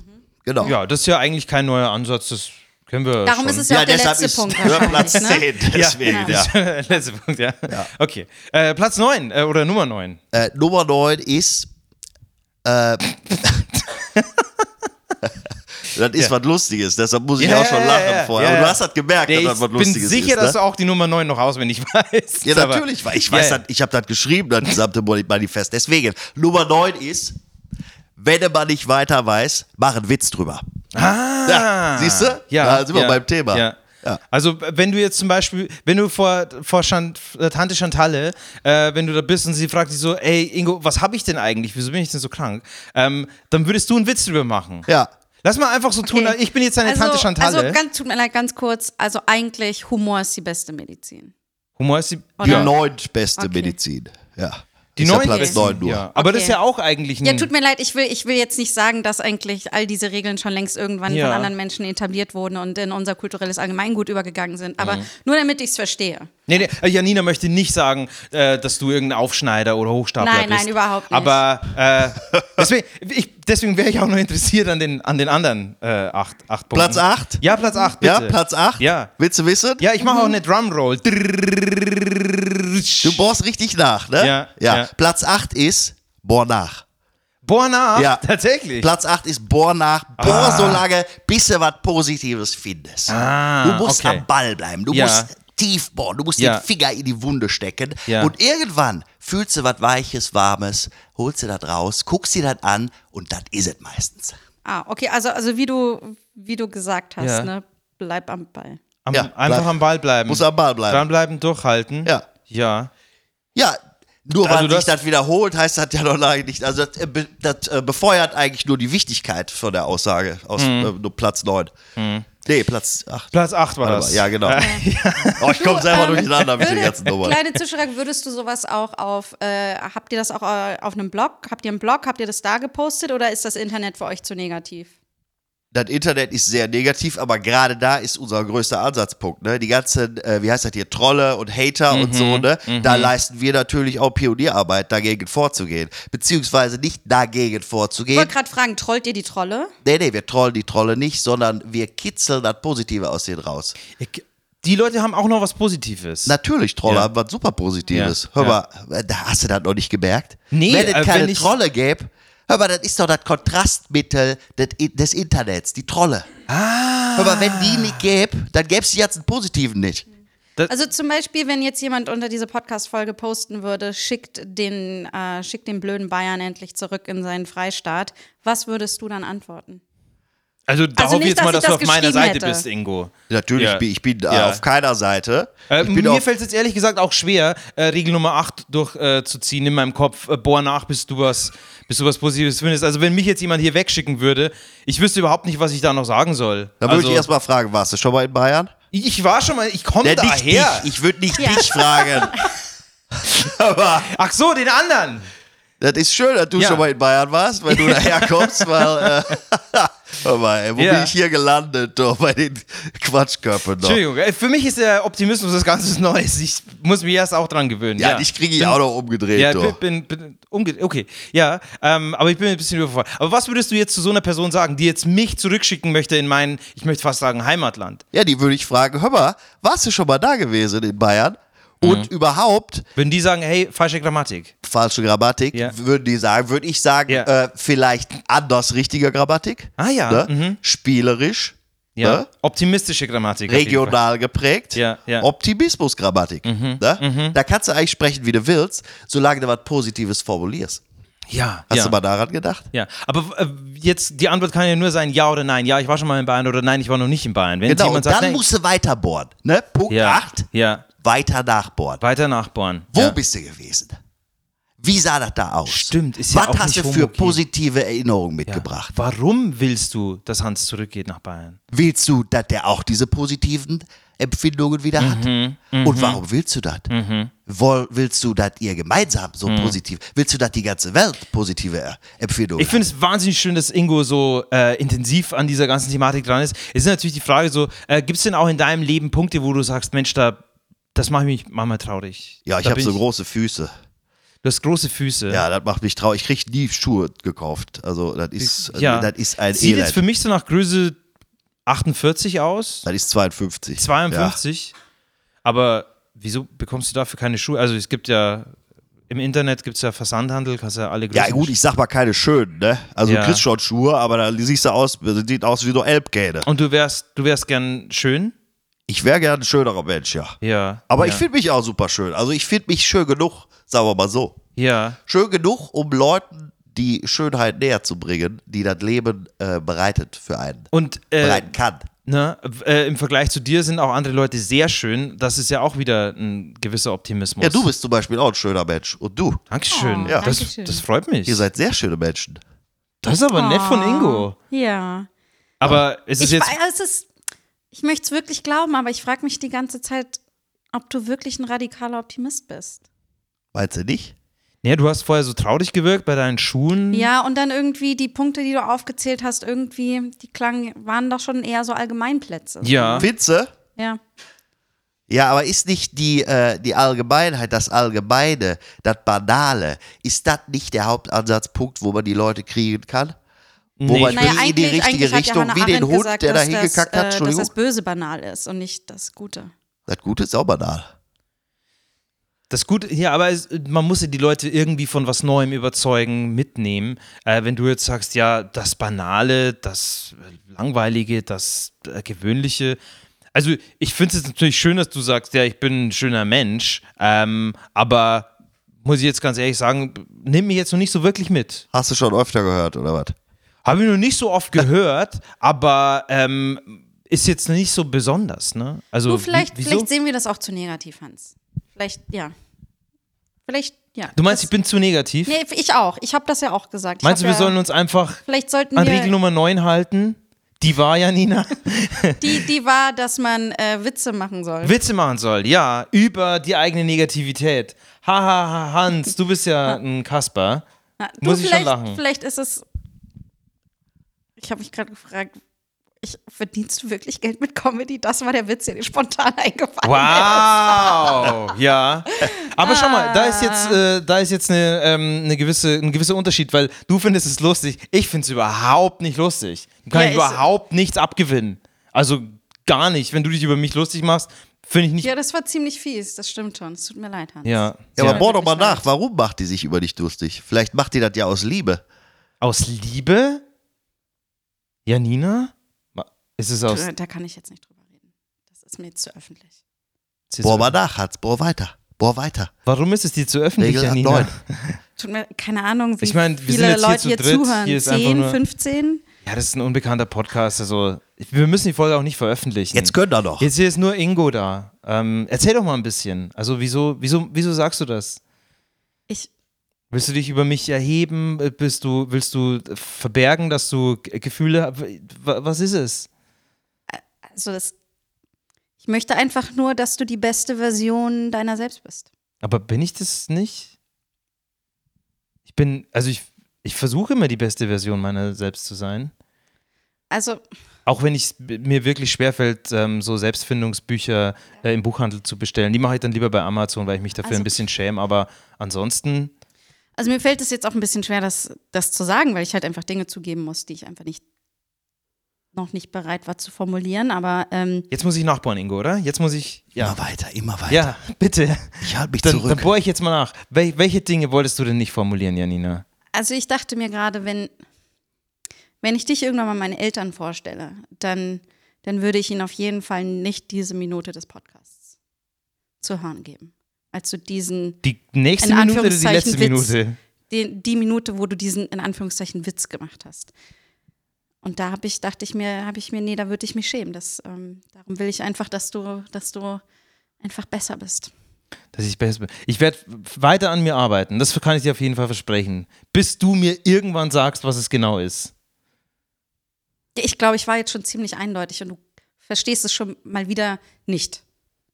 B: Genau.
C: Ja, das ist ja eigentlich kein neuer Ansatz, das können wir
D: Darum
C: schon.
D: ist es ja, auch der letzte Punkt
B: Platz
D: wahrscheinlich. Ne?
B: 10. Deswegen, ja.
C: Letzter Punkt, ja. Okay. Äh, Platz 9 äh, oder Nummer 9.
B: Äh, Nummer 9 ist. Äh, das ist was Lustiges, deshalb muss ich
C: Ja,
B: auch schon
C: ja,
B: lachen
C: ja, ja, ja,
B: vorher. Aber du
C: ja.
B: hast das gemerkt, dass
C: ich
B: das was
C: bin
B: Lustiges
C: sicher,
B: ist.
C: dass
B: ne?
C: du auch die Nummer 9 noch auswendig weißt.
B: Ja,
C: aber-
B: natürlich, weil ich weiß,
C: Ja, ja.
B: Das, ich habe das geschrieben, das gesamte Manifest. Deswegen, Nummer 9 ist, wenn man nicht weiter weiß, mach einen Witz drüber.
C: Ah,
B: Ja, siehst du?
C: Ja,
B: Da sind wir
C: ja,
B: beim Thema.
C: Ja. Also wenn du jetzt zum Beispiel, wenn du vor, vor Chan- Tante Chantalle, äh, wenn du da bist und sie fragt dich so, ey Ingo, was habe ich denn eigentlich? Wieso bin ich denn so krank? Ähm, dann würdest du einen Witz drüber machen.
B: Ja.
C: Lass mal einfach so tun,
D: Okay.
C: ich bin jetzt deine
D: also,
C: Tante Chantalle.
D: Also ganz, tut mir leid, ganz kurz. Also eigentlich Humor ist die beste Medizin.
C: Humor ist die,
B: Die
D: Ja.
B: neuntbeste
D: Okay.
B: Medizin. Ja.
C: die
B: ist ja
C: neun-
B: Platz
D: Beste.
B: neun nur.
C: Ja. Aber das ist
D: Okay.
C: ja auch eigentlich ein
D: Ja, tut mir leid, ich will, ich will jetzt nicht sagen, dass eigentlich all diese Regeln schon längst irgendwann
C: Ja.
D: von anderen Menschen etabliert wurden und in unser kulturelles Allgemeingut übergegangen sind. Aber nur damit ich es verstehe.
C: Nee, nee, äh, Janina möchte nicht sagen, äh, dass du irgendein Aufschneider oder Hochstapler
D: Nein,
C: bist.
D: nein, überhaupt nicht.
C: Aber äh, deswegen, ich, deswegen wäre ich auch noch interessiert an den, an den anderen äh, acht, acht Punkten.
B: Platz acht?
C: Ja, Platz 8, bitte.
B: Ja, Platz 8?
C: Ja.
B: Willst du wissen?
C: Ja, ich mache auch eine Drumroll.
B: Du bohrst richtig nach, ne?
C: Ja,
B: ja.
C: ja.
B: Platz 8 ist bohr nach.
C: Boah, nach,
B: Ja.
C: tatsächlich.
B: Platz 8 ist bohr nach. Bohr so lange, bis du was Positives findest.
C: Ah,
B: du musst
C: okay.
B: am Ball bleiben. Du
C: Ja.
B: musst tief bohren. Du musst
C: Ja.
B: den Finger in die Wunde stecken.
C: Ja.
B: Und irgendwann fühlst du was Weiches, Warmes, holst du das raus, guckst dir das an und das ist es meistens.
C: Hm.
D: Ah, okay, also, also wie, du, wie du gesagt hast,
C: Ja.
D: ne? bleib am Ball.
C: Am,
B: Ja,
C: einfach
B: bleib-
C: am Ball bleiben.
B: Muss am Ball bleiben.
C: Dranbleiben, durchhalten.
B: Ja.
C: Ja.
B: Ja, nur
C: Also
B: weil
C: das-
B: sich das wiederholt, heißt das ja noch lange nicht. Also das, äh, be- das äh, befeuert eigentlich nur die Wichtigkeit von der Aussage aus
C: Hm.
B: äh, nur Platz 9. Nee, Platz 8.
C: Platz 8 war das.
B: Ja, genau.
C: ja.
B: Oh, ich komme
D: Ähm,
B: selber durcheinander mit den
D: Würde,
B: ganzen Nummern.
D: kleine Zwischenfrage, würdest du sowas auch auf, äh, habt ihr das auch äh, auf einem Blog? Habt ihr einen Blog? Habt ihr das da gepostet oder ist das Internet für euch zu negativ?
B: Das Internet ist sehr negativ, aber gerade da ist unser größter Ansatzpunkt. Ne? Die ganzen, äh, wie heißt das hier, Trolle und Hater und so, ne? da leisten wir natürlich auch Pionierarbeit, dagegen vorzugehen. Beziehungsweise nicht dagegen
D: Ich
B: vorzugehen,
D: wollte gerade fragen, trollt ihr die Trolle?
B: Nee, nee, wir trollen die Trolle nicht, sondern wir kitzeln das Positive aus denen raus.
C: Ich- Die Leute haben auch noch was Positives.
B: Natürlich, Trolle
C: Ja.
B: haben was super
C: Ja,
B: Positives. Hör
C: ja.
B: mal, äh, da hast du das noch nicht gemerkt?
C: Nee,
B: wenn
C: äh,
B: es keine
C: wenn ich-
B: Trolle gäbe, hör mal, das ist doch das Kontrastmittel des, des Internets, die Trolle. Ah. Hör mal, wenn die nicht gäbe, dann gäbe es die ganzen Positiven nicht.
D: Also zum Beispiel, wenn jetzt jemand unter diese Podcast-Folge posten würde, schickt den, äh, schickt den blöden Bayern endlich zurück in seinen Freistaat, was würdest du dann antworten?
C: Also, da
D: Also
C: hoffe ich
D: nicht,
C: jetzt mal,
D: dass
C: dass
D: ich
C: du
D: das
C: auf meiner
D: geschrieben
C: Seite
D: hätte.
C: bist, Ingo.
B: Natürlich,
C: Ja.
B: bin- ich bin äh,
C: Ja.
B: auf keiner Seite.
C: Äh,
B: ich bin
C: mir
B: auf,
C: fällt es jetzt ehrlich gesagt auch schwer, äh, Regel Nummer 8 durchzuziehen äh, zu ziehen in meinem Kopf. Äh, bohr nach, bis du, was, bis du was Positives findest. Also, wenn mich jetzt jemand hier wegschicken würde, ich wüsste überhaupt nicht, was ich da noch sagen soll.
B: da würde
C: also,
B: ich ich erstmal fragen, warst du schon mal in Bayern?
C: ich, ich war schon mal, ich komme
B: Nee, nicht dich.
C: daher.
B: Ich würde nicht dich fragen. Aber
C: Ach so, den anderen.
B: Das ist schön, dass du
C: Ja.
B: schon mal in Bayern warst, weil du daherkommst, weil, äh, hör mal, ey, wo
C: Ja.
B: bin ich hier gelandet, doch, bei den Quatschkörpern doch.
C: Entschuldigung, äh, für mich ist der Optimismus das Ganze Neues. Ich muss mich erst auch dran gewöhnen.
B: Ja, dich kriege ich auch noch umgedreht,
C: Ja, bin,
B: doch.
C: bin, bin umge okay. Ja, ähm, aber ich bin ein bisschen überfordert. Aber was würdest du jetzt zu so einer Person sagen, die jetzt mich zurückschicken möchte in mein, ich möchte fast sagen, Heimatland?
B: Ja, die würde ich fragen, hör mal, warst du schon mal da gewesen in Bayern? Und
C: Mhm.
B: überhaupt,
C: Würden die sagen, hey, falsche Grammatik?
B: falsche Grammatik,
C: Ja.
B: würden die sagen, würde ich sagen,
C: Ja.
B: äh, vielleicht anders richtige Grammatik.
C: Ah ja,
B: Ne? Spielerisch,
C: Ja.
B: ne?
C: Optimistische Grammatik. auf jeden Fall.
B: regional geprägt.
C: Ja, ja. Mhm,
B: Optimismusgrammatik. Ne? Da kannst du eigentlich sprechen, wie du willst, solange du was Positives formulierst.
C: Ja,
B: Hast
C: ja.
B: du mal daran gedacht?
C: ja, aber äh, jetzt die Antwort kann ja nur sein, ja oder nein. Ja, ich war schon mal in Bayern oder nein, ich war noch nicht in Bayern. Wenn jetzt
B: Genau,
C: jemand
B: und
C: sagt,
B: dann
C: nein,
B: musst du weiter bohren. Ne? Punkt
C: ja,
B: 8,
C: ja,
B: weiter nachbohren.
C: weiter nachbohren.
B: Wo
C: ja.
B: bist du gewesen? Wie sah das da aus?
C: Stimmt, ist ja
B: Was
C: auch
B: hast
C: nicht
B: du für
C: homogen.
B: positive Erinnerungen
C: Ja.
B: mitgebracht?
C: Warum willst du, dass Hans zurückgeht nach Bayern?
B: Willst du, dass der auch diese positiven Empfindungen wieder hat?
C: Mhm,
B: Und warum willst du das? Woll- Willst du, dass ihr gemeinsam so
C: Mhm.
B: positiv, willst du, dass die ganze Welt positive äh, Empfindungen
C: Ich
B: hat?
C: finde es wahnsinnig schön, dass Ingo so äh, intensiv an dieser ganzen Thematik dran ist. Es ist natürlich die Frage so, äh, gibt es denn auch in deinem Leben Punkte, wo du sagst, Mensch, da, das macht mich manchmal traurig.
B: Ja, ich
C: Da
B: habe
C: bin
B: so große Füße.
C: Du hast große Füße.
B: Ja, das macht mich traurig. Ich krieg nie Schuhe gekauft. Also, das ist,
C: Ja.
B: das ist ein
C: Sieht
B: Elend.
C: jetzt für mich so nach Größe 48 aus,
B: das ist 52.
C: 52. Aber wieso bekommst du dafür keine Schuhe? Also es gibt ja, im Internet gibt es ja Versandhandel, kannst ja alle
B: Ja.
C: Größen
B: ja, gut, ich sag mal keine schönen, ne? Also,
C: Ja.
B: du kriegst schon Schuhe, aber da siehst du aus, sieht aus wie so Elbgäne.
C: Und du wärst, du wärst gern schön?
B: Ich wäre gern ein schönerer Mensch, ja.
C: Ja.
B: Aber
C: ja.
B: ich finde mich auch super schön. Also, ich finde mich schön genug, sagen wir mal so.
C: Ja.
B: schön genug, um Leuten die Schönheit näher zu bringen, die das Leben äh, bereitet für einen,
C: Und äh,
B: bereiten kann.
C: Ne, äh, Im Vergleich zu dir sind auch andere Leute sehr schön. Das ist ja auch wieder ein gewisser Optimismus.
B: Ja, du bist zum Beispiel auch ein schöner Mensch. Und du,
C: Dankeschön.
D: Oh,
C: ja. das,
D: Dankeschön.
C: das freut mich.
B: ihr seid sehr schöne Menschen.
C: Das ist aber nett von Ingo.
D: Ja.
C: Aber es ist
D: Ich,
C: jetzt.
D: wei- es ist, ich möchte es wirklich glauben, aber ich frage mich die ganze Zeit, ob du wirklich ein radikaler Optimist bist.
B: Meinst du nicht?
C: Ja, du hast vorher so traurig gewirkt bei deinen Schuhen.
D: Ja, und dann irgendwie die Punkte, die du aufgezählt hast, irgendwie, die klangen, waren doch schon eher so Allgemeinplätze.
C: Ja.
B: Findest du?
D: Ja.
B: Ja, aber ist nicht die, äh, die Allgemeinheit, das Allgemeine, das Banale, ist das nicht der Hauptansatzpunkt, wo man die Leute kriegen kann? Wo
C: Nee,
B: man
C: ich
D: Naja,
B: die in die
D: eigentlich,
B: richtige
D: eigentlich hat ja
B: Richtung,
D: Hannah
B: wie den
D: Arendt
B: Hund,
D: gesagt,
B: der da
D: dass das,
B: hingekackt hat,
D: äh, dass
B: Entschuldigung.
D: das Böse banal ist und nicht das Gute.
B: Das Gute ist auch banal.
C: Das Gute, ja, aber es, man muss ja die Leute irgendwie von was Neuem überzeugen, mitnehmen. Äh, wenn du jetzt sagst, ja, das Banale, das äh, Langweilige, das äh, Gewöhnliche. Also, ich finde es jetzt natürlich schön, dass du sagst, ja, ich bin ein schöner Mensch, ähm, aber muss ich jetzt ganz ehrlich sagen, nimm mich jetzt noch nicht so wirklich mit.
B: Hast du schon öfter gehört, oder was?
C: Habe ich noch nicht so oft gehört, aber ähm, ist jetzt nicht so besonders, ne? Also,
D: Du,
C: wie-
D: vielleicht,
C: wieso?
D: vielleicht sehen wir das auch zu negativ, Hans. Vielleicht, ja. Vielleicht, ja.
C: du meinst,
D: das,
C: ich bin zu negativ?
D: Nee, ich auch. Ich habe das ja auch gesagt. Ich
C: Meinst du,
D: hab
C: wir
D: ja,
C: sollen uns einfach
D: Vielleicht sollten
C: an um
D: wir.
C: Regel Nummer 9 halten. Die war ja, Nina.
D: Die, die war, dass man äh, Witze machen soll.
C: Witze machen soll, ja, über die eigene Negativität. Haha, ha, ha, Hans, du bist ja ein Kasper.
D: Na,
C: muss ich schon
D: vielleicht,
C: lachen.
D: Vielleicht ist es. Ich habe mich gerade gefragt, ich, verdienst du wirklich Geld mit Comedy? Das war der Witz, der dir spontan eingefallen
C: Wow, ja. Aber schau mal, da ist
D: Ah.
C: jetzt, äh, da ist jetzt eine, ähm, eine gewisse, ein gewisser Unterschied, weil du findest es lustig, ich finde es überhaupt nicht lustig. Dem Kann
D: Ja,
C: ich
D: ist so.
C: überhaupt nichts abgewinnen. Also gar nicht. Wenn du dich über mich lustig machst, finde ich
D: ist.
C: nicht.
D: Ja, das war ziemlich fies. Das stimmt schon. Es tut mir leid, Hans.
C: Ja,
B: Ja, aber bohr doch
D: wirklich
B: mal nach,
D: leid.
B: warum macht die sich über dich lustig? Vielleicht macht die das ja aus Liebe.
C: Aus Liebe? Janina? Ma- Ist es aus.
D: Da, da kann ich jetzt nicht drüber reden. Das ist mir jetzt zu öffentlich.
C: ist es-
B: Bohr mal nach, Hans, bohr weiter, bohr weiter.
C: Warum ist es dir zu öffentlich,
B: Regel
C: Janina?
B: neun.
D: Tut mir keine Ahnung, wie
C: Ich mein, wir sind
D: viele
C: jetzt hier
D: Leute
C: zu
D: hier,
C: dritt.
D: zuhören.
C: Hier ist einfach
D: 10,
C: nur-
D: 15?
C: Ja, das ist ein unbekannter Podcast, also wir müssen die Folge auch nicht veröffentlichen.
B: Jetzt können wir noch.
C: Jetzt hier ist nur Ingo da. Ähm, erzähl doch mal ein bisschen. Also wieso, wieso, wieso sagst du das?
D: Ich,
C: Willst du dich über mich erheben? Bist du, willst du verbergen, dass du G- Gefühle w- Was ist es?
D: also das, ich möchte einfach nur, dass du die beste Version deiner selbst bist.
C: Aber bin ich das nicht? Ich bin, also ich, ich versuche immer die beste Version meiner selbst zu sein.
D: Also,
C: Auch wenn ich mir wirklich schwerfällt, ähm, so Selbstfindungsbücher äh, im Buchhandel zu bestellen. Die mache ich dann lieber bei Amazon, weil ich mich dafür
D: Also-
C: ein bisschen schäme. Aber ansonsten,
D: also mir fällt es jetzt auch ein bisschen schwer, das, das zu sagen, weil ich halt einfach Dinge zugeben muss, die ich einfach nicht noch nicht bereit war zu formulieren, aber ähm,
C: jetzt muss ich nachbohren, Ingo, oder? Jetzt muss ich. Ja,
B: Immer weiter, immer weiter.
C: ja bitte.
B: Ich halte mich
C: Dann, dann
B: zurück.
C: bohre ich jetzt mal nach. Wel welche Dinge wolltest du denn nicht formulieren, Janina?
D: also ich dachte mir gerade, wenn, wenn ich dich irgendwann mal meinen Eltern vorstelle, dann, dann würde ich ihnen auf jeden Fall nicht diese Minute des Podcasts zu hören geben. Als du diesen
C: Die nächste
D: In
C: Minute oder die letzte
D: Anführungszeichen Witz.
C: Minute?
D: die, die Minute, wo du diesen in Anführungszeichen Witz gemacht hast. Und da habe ich, dachte ich mir, habe ich mir, nee, da würde ich mich schämen. Das, ähm, darum will ich einfach, dass du, dass du einfach besser bist.
C: Dass ich besser bin. Ich werde weiter an mir arbeiten. Das kann ich dir auf jeden Fall versprechen. Bis du mir irgendwann sagst, was es genau ist.
D: Ich glaube, ich war jetzt schon ziemlich eindeutig und du verstehst es schon mal wieder nicht.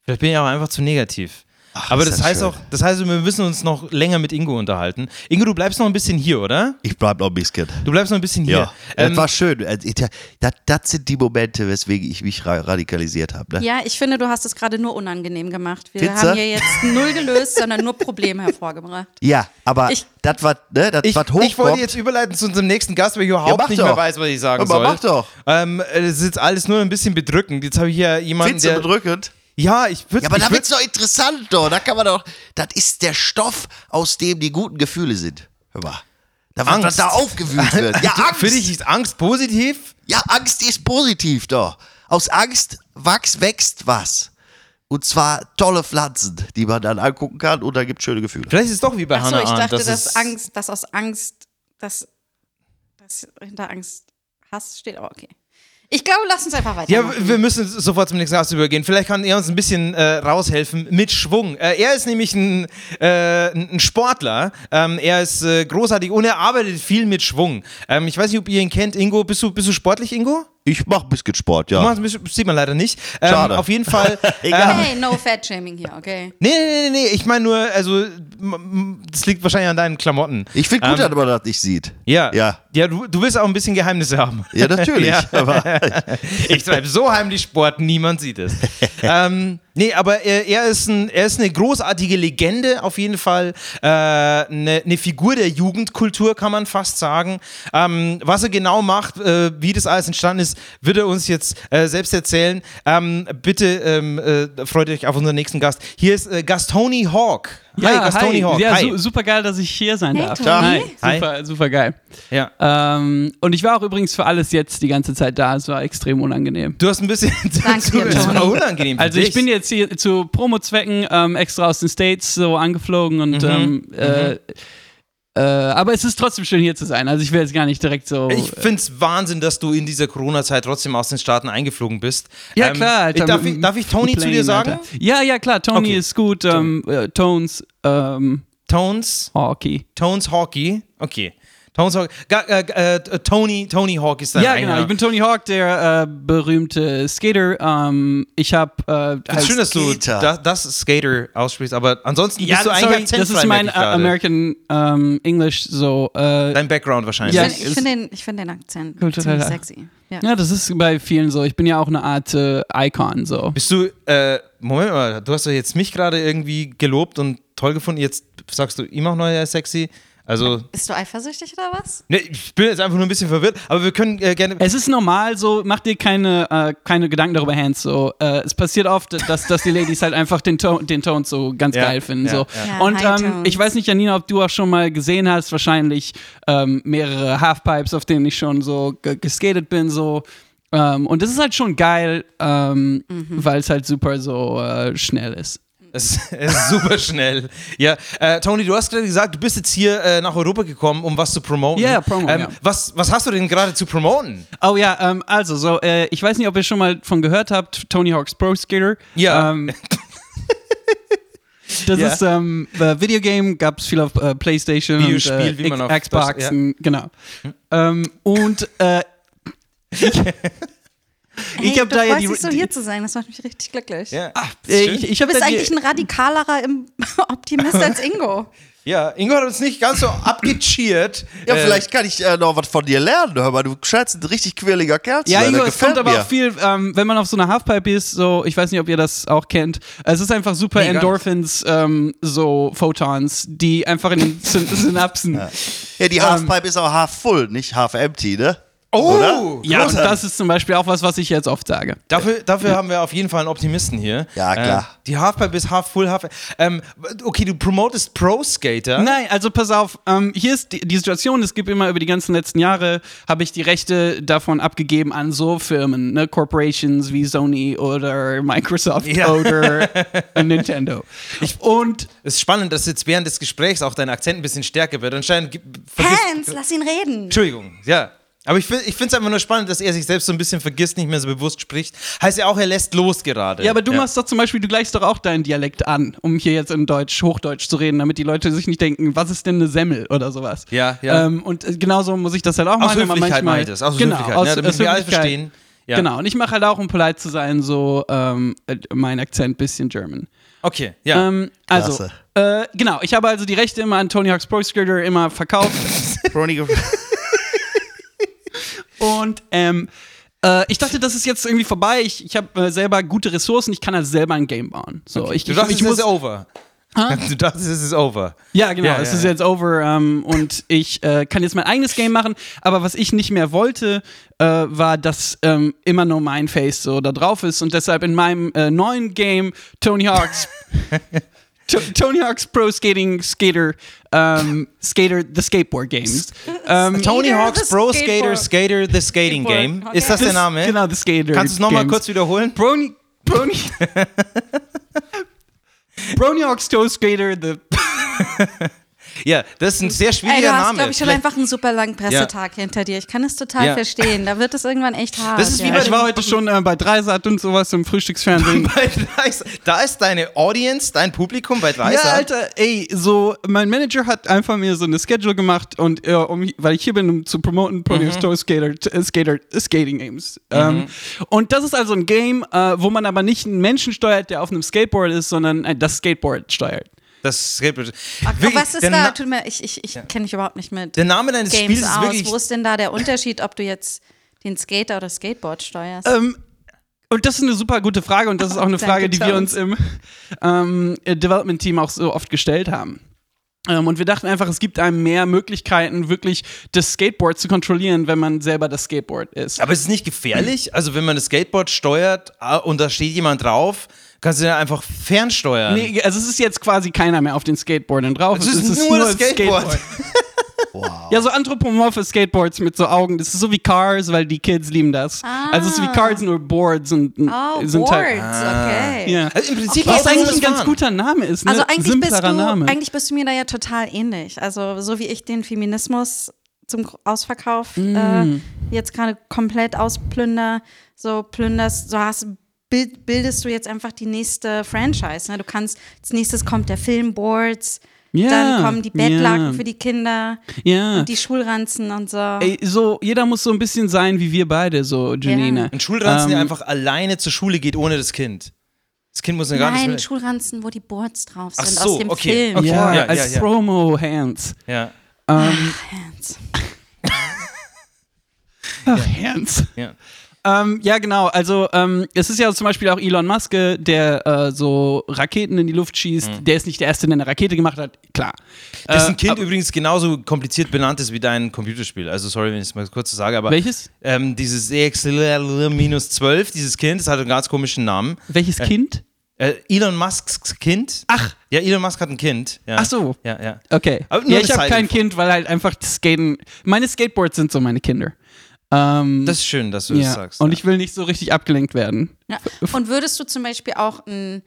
C: Vielleicht bin ich aber einfach zu negativ.
B: Ach,
C: Aber
B: ist
C: das, heißt
B: schön.
C: auch, das heißt, wir müssen uns noch länger mit Ingo unterhalten. Ingo, du bleibst noch ein bisschen hier, oder?
B: Ich bleib noch ein bisschen.
C: Du bleibst noch ein bisschen hier.
B: Ja, das
C: ähm,
B: war schön. Also, ich- Das, das sind die Momente, weswegen ich mich ra radikalisiert habe. Ne?
D: Ja, ich finde, du hast es gerade nur unangenehm gemacht. Wir
B: Findste?
D: haben hier jetzt null gelöst, sondern nur Probleme hervorgebracht.
B: Ja, aber
D: Ich-
B: das war, ne, das
C: ich,
B: war hochkommt.
C: ich wollte jetzt überleiten zu unserem nächsten Gast, weil ich
B: Ja,
C: überhaupt
B: mach
C: nicht
B: doch.
C: mehr weiß, was ich sagen
B: Aber
C: soll.
B: mach doch.
C: Ähm, äh, das ist jetzt alles nur ein bisschen bedrückend. Jetzt habe ich hier jemanden,
B: Findest du
C: der...
B: bedrückend?
C: Ja, ich würde...
B: Ja, aber da wird's doch interessant, doch. Da kann man doch, das ist der Stoff, aus dem die guten Gefühle sind. Hör mal. Da, was, was
C: Angst.
B: da aufgewühlt wird. Ja, Angst.
C: Für dich ist Angst positiv?
B: Ja, Angst ist positiv, doch. Aus Angst wachs, wächst was. Und zwar tolle Pflanzen, die man dann angucken kann und da gibt's schöne Gefühle.
C: Vielleicht ist es doch wie bei
D: Achso,
C: Hannah
D: ich dachte,
C: Arendt.
D: dass
C: es-
D: Angst, dass aus Angst, dass, dass hinter Angst Hass steht, aber okay. Ich glaube, lass uns einfach weiter.
C: Ja, wir müssen sofort zum nächsten Gast übergehen. Vielleicht kann er uns ein bisschen äh, raushelfen mit Schwung. Äh, er ist nämlich ein, äh, ein Sportler. Ähm, er ist äh, großartig und er arbeitet viel mit Schwung. Ähm, ich weiß nicht, ob ihr ihn kennt, Ingo. Bist du, bist du sportlich, Ingo?
B: Ich mach Biscuitsport,
C: Du
B: ja.
C: machst ein bisschen- Sieht man leider nicht. Ähm,
B: Schade.
C: Auf jeden Fall. äh,
B: Egal.
D: hey, no fat shaming hier, okay?
C: Nee, nee, nee, nee. Ich meine nur, also, m- m- das liegt wahrscheinlich an deinen Klamotten.
B: Ich finde gut, dass man das nicht sieht.
C: Ja.
B: Ja.
C: Ja, du, du willst auch ein bisschen Geheimnisse haben.
B: Ja, natürlich.
C: Ja.
B: Aber
C: Ich treibe so heimlich Sport, niemand sieht es. ähm, nee, aber er, er, ist ein, er ist eine großartige Legende auf jeden Fall. Äh, eine, eine Figur der Jugendkultur, kann man fast sagen. Ähm, was er genau macht, äh, wie das alles entstanden ist, wird er uns jetzt äh, selbst erzählen. Ähm, bitte ähm, äh, freut euch auf unseren nächsten Gast. Hier ist äh, Gastoni Hawk. hi, Gastoni Hawk.
E: Ja,
C: hi.
E: su super geil, dass ich hier sein
D: Hey,
E: darf.
D: Toni.
C: Hi.
E: Hi. Super, super geil.
C: ja.
E: Ähm, und ich war auch übrigens für alles jetzt die ganze Zeit da. Es war extrem unangenehm.
C: Du hast ein bisschen.
D: Danke dir,
C: das war
D: Toni.
C: unangenehm. für
E: Also ich
C: dich.
E: bin jetzt hier zu Promo-Zwecken ähm, extra aus den States so angeflogen
C: Mhm,
E: und ähm, äh, äh, aber es ist trotzdem schön hier zu sein. Also ich will jetzt gar nicht direkt so.
C: Ich finde es Wahnsinn, dass du in dieser Corona-Zeit trotzdem aus den Staaten eingeflogen bist.
E: ja
C: Ähm,
E: klar. Alter,
C: darf,
E: mit-
C: ich, darf ich Tony zu
E: Plane,
C: dir sagen?
E: Alter. Ja, ja klar. Tony
C: Okay.
E: ist gut. Ähm, äh, Tones, ähm,
C: Tones,
E: Hockey.
C: Tones Hockey. Okay. Tones Hockey. Ga, äh, äh, Tony, Tony Hawk ist dein
E: Ja,
C: eigener.
E: genau. Ich bin Tony Hawk, der äh, berühmte Skater. Ähm, ich habe. Äh,
C: es ist schön, dass du
B: Skater.
C: da, das Skater aussprichst, aber ansonsten
E: ja,
C: bist du
E: sorry,
C: eigentlich
E: das ist mein äh,
C: American.
E: American ähm, English so. Äh,
C: Dein Background wahrscheinlich.
E: Ja,
D: ich finde
E: es-
D: find den, ich find den Akzent
E: Kulturell,
D: ziemlich
E: ja.
D: sexy. Ja.
E: ja, das ist bei vielen so. Ich bin ja auch eine Art äh, Icon so.
C: Bist du, äh, Moment mal, du hast doch jetzt mich gerade irgendwie gelobt und toll gefunden. Jetzt sagst du ihm auch noch, er ist sexy. Also,
D: Bist du eifersüchtig oder was?
C: ne, ich bin jetzt einfach nur ein bisschen verwirrt, aber wir können äh, gerne.
E: Es ist normal so, mach dir keine, äh, keine Gedanken darüber, Hans. So. Äh, es passiert oft, dass, dass die Ladies halt einfach den, Ton, den Tones so ganz
C: Ja,
E: geil finden.
C: ja,
E: so.
C: ja.
D: Ja,
E: Und
D: High
E: ähm,
D: Tones.
E: ich weiß nicht, Janina, ob du auch schon mal gesehen hast, wahrscheinlich ähm, mehrere Halfpipes, auf denen ich schon so ge- geskatet bin. So. Ähm, und das ist halt schon geil, ähm,
D: Mhm.
E: weil es halt super so äh, schnell ist.
C: Es es ist super schnell. Ja, äh, Tony, du hast gerade gesagt, du bist jetzt hier äh, nach Europa gekommen, um was zu promoten.
E: Ja, Promo,
C: Ähm,
E: ja.
C: Was, was hast du denn gerade zu promoten?
E: Oh ja, ähm, also so, äh, ich weiß nicht, ob ihr schon mal von gehört habt, Tony Hawk's Pro Skater.
C: Ja.
E: Ähm, das
C: Ja.
E: ist ähm, äh, Videogame, gab es viel auf äh, PlayStation, und,
C: Videospiel,
E: äh,
C: wie man
E: X-
C: auf
E: Xbox,
C: Deutsch- ja.
E: und- genau. Ähm, und äh,
D: Hey,
E: ich habe
D: du
E: da ja
D: freust
E: die,
D: dich so hier zu sein, das macht mich richtig glücklich.
C: Ja, ist
E: äh,
C: schön.
E: ich, ich
D: Du
E: hab
D: bist
E: da die,
D: eigentlich ein radikalerer im Optimist als Ingo.
C: ja Ingo hat uns nicht ganz so abgecheert.
B: ja,
C: Äh,
B: vielleicht kann ich äh, noch was von dir lernen. Hör mal, du scheinst ein richtig quirliger Kerl zu
E: Ja,
B: sein.
E: Ingo,
B: Das
E: es kommt
B: gefällt
E: aber
B: mir.
E: auch viel, ähm, wenn man auf so einer Halfpipe ist, so, ich weiß nicht, ob ihr das auch kennt, es ist einfach super
C: Nee, gar nicht.
E: Endorphins, ähm, so Photons, die einfach in den Syn Synapsen.
B: Ja,
C: Ähm,
B: die Halfpipe ist auch half full, nicht half empty, ne?
C: Oh,
B: Oder?
E: Ja, und
C: großartig.
E: das ist zum Beispiel auch was, was ich jetzt oft sage.
C: Dafür, dafür haben wir auf jeden Fall einen Optimisten hier.
B: Ja, klar.
C: Äh, die Halfpipe ist half full, half. Ähm, okay, du promotest Pro-Skater.
E: Nein, also pass auf, ähm, hier ist die, die Situation, es gibt immer über die ganzen letzten Jahre, habe ich die Rechte davon abgegeben an so Firmen, ne, Corporations wie Sony oder Microsoft
C: Ja.
E: oder Nintendo. und
C: Es ist spannend, dass jetzt während des Gesprächs auch dein Akzent ein bisschen stärker wird. Anscheinend gibt- vergisst-
D: Hans, lass ihn reden.
C: Entschuldigung, ja. Aber ich, find- ich finde es einfach nur spannend, dass er sich selbst so ein bisschen vergisst, nicht mehr so bewusst spricht. Heißt ja auch, er lässt los gerade.
E: Ja, aber du machst doch zum Beispiel, du gleichst doch auch deinen Dialekt an, um hier jetzt in Deutsch, Hochdeutsch zu reden, damit die Leute sich nicht denken, was ist denn eine Semmel oder sowas.
C: Ja, ja.
E: Ähm, und äh, genauso muss ich das halt auch machen.
C: Aus
E: aber
C: Höflichkeit
E: manchmal,
C: meine ich das. Aus
E: genau,
C: Höflichkeit.
E: Aus,
C: ja, damit
E: aus
C: wir alle
E: Höflichkeit.
C: verstehen. Ja.
E: Genau, und ich mache halt auch, um polite zu sein, so ähm, äh, mein Akzent bisschen German.
C: Okay, ja.
E: Ähm, also, äh, genau, ich habe also die Rechte immer an Tony Hawk's Pro Skater immer verkauft. Und ähm, äh, ich dachte, das ist jetzt irgendwie vorbei. Ich, ich habe äh, selber gute Ressourcen, ich kann halt selber ein Game bauen. So, ich,
C: du
E: ich,
C: dachtest,
E: ich
C: es
E: muss,
C: ist over. Du dachtest, es ist over.
E: ja, genau,
C: Ja,
E: es
C: ja,
E: ist
C: ja.
E: jetzt over ähm, und ich äh, kann jetzt mein eigenes Game machen. Aber was ich nicht mehr wollte, äh, war, dass ähm, immer nur mein Face so da drauf ist und deshalb in meinem äh, neuen Game Tony Hawk's To- Tony Hawk's Pro Skating Skater ähm, Skater the Skateboard Games. Ähm,
C: Tony
D: Skater,
C: Hawks
D: the
C: Pro Skater
D: Skateboard.
C: Skater The Skating
D: Skateboard,
C: Game.
D: okay.
C: Ist das der
E: das-
C: Name?
E: Genau, the Skater.
C: Kannst du es nochmal
E: Games.
C: kurz wiederholen?
E: Brony Brony Brony Hawk's Toe Skater the
C: Ja, das ist ein sehr schwieriger
D: Ey, du hast,
C: Name.
D: glaube ich, schon
C: Vielleicht-
D: einfach einen super langen Pressetag hinter dir. Ich kann das total
C: Ja.
D: verstehen. Da wird es irgendwann echt hart.
C: Das ist wie
D: ja.
C: bei-
E: Ich war heute schon äh, bei Dreisat und sowas im Frühstücksfernsehen.
C: bei Dreisat. Da ist deine Audience, dein Publikum bei
E: Ja,
C: Dreisat.
E: Alter, ey, so, mein Manager hat einfach mir so eine Schedule gemacht und äh, um, weil ich hier bin, um zu promoten, Produce Tour Skater, äh, Skater, Skating Games. Ähm, und das ist also ein Game, äh, wo man aber nicht einen Menschen steuert, der auf einem Skateboard ist, sondern äh, das Skateboard steuert.
C: Das wirklich,
D: Aber was ist
C: der,
D: da?
C: Na-
D: Tut mir, ich ich, ich kenne mich überhaupt nicht mit
C: der Name deines
D: Games
C: Spiels ist
D: aus.
C: wirklich.
D: Wo ist denn da der Unterschied, ob du jetzt den Skater oder Skateboard steuerst?
E: Ähm, und das ist eine super gute Frage und das ist auch eine
D: Danke,
E: Frage, die wir
D: Jones.
E: uns im ähm, Development-Team auch so oft gestellt haben. Ähm, und wir dachten einfach, es gibt einem mehr Möglichkeiten, wirklich das Skateboard zu kontrollieren, wenn man selber das Skateboard ist.
C: aber ist es nicht gefährlich? Also, wenn man das Skateboard steuert ah, und da steht jemand drauf, kannst du den einfach fernsteuern.
E: Nee, also es ist jetzt quasi keiner mehr auf den Skateboardern drauf.
C: Es ist nur das Skateboard.
E: Ja, so anthropomorphe Skateboards mit so Augen. Das ist so wie Cars, weil die Kids lieben das. Also es ist wie Cars, nur Boards und und
D: Ah. oh,
E: sind
D: Boards,
E: halt.
D: okay.
E: Ja.
C: Also, im Prinzip
E: Was
C: ist das
E: eigentlich ein ganz
C: Fahren.
E: guter Name ist. Ne?
D: Also eigentlich
E: Simplerer
D: bist, du,
E: Name.
D: eigentlich bist du mir da ja total ähnlich. Also so wie ich den Feminismus zum Gro- Ausverkauf
E: Mm.
D: äh, jetzt gerade komplett ausplünder, so plünderst, so hast bild, bildest du jetzt einfach die nächste Franchise. Ne? Du kannst, als nächstes kommt der Filmboards,
E: Ja,
D: dann kommen die Bettlaken
E: ja. Hm.
D: für die Kinder,
E: ja.
D: die Schulranzen und so.
E: Ey, so, jeder muss so ein bisschen sein wie wir beide, so, Janina.
C: Ein Schulranzen, der
E: Ähm,
C: einfach alleine zur Schule geht, ohne das Kind. Das Kind muss ja gar
D: Nein,
C: nicht mehr.
D: Schulranzen, wo die Boards drauf
C: Ach
D: sind,
C: so,
D: aus dem
C: okay,
D: Film.
C: okay.
E: Ja,
C: Ja,
E: als
C: ja, ja.
E: Promo-Hands.
C: Ja,
E: Ach, Hands.
C: ja.
E: Ähm, ja, genau. Also, ähm, es ist ja zum Beispiel auch Elon Musk, der äh, so Raketen in die Luft schießt.
C: Mhm.
E: Der ist nicht der Erste, der eine Rakete gemacht hat. Klar. Äh,
C: Dessen Kind übrigens genauso kompliziert benannt ist wie dein Computerspiel. Also, sorry, wenn ich es mal kurz so sage, aber.
E: Welches?
C: Ähm, dieses EXL-12, dieses Kind, das hat einen ganz komischen Namen.
E: Welches Kind?
C: Äh, Elon Musks Kind?
E: Ach.
C: Ja, Elon Musk hat ein Kind. Ja.
E: Ach so.
C: Ja, ja.
E: Okay.
C: Aber nur
E: Ja,
C: eine
E: ich habe kein
C: Seiteninfo.
E: Kind, weil halt einfach das Skaten. Meine Skateboards sind so meine Kinder. Ähm,
C: Das ist schön, dass du das
E: ja.
C: sagst. ja.
E: Und ich will nicht so richtig abgelenkt werden.
D: Ja.
C: Äh,
D: Und würdest du zum Beispiel auch einen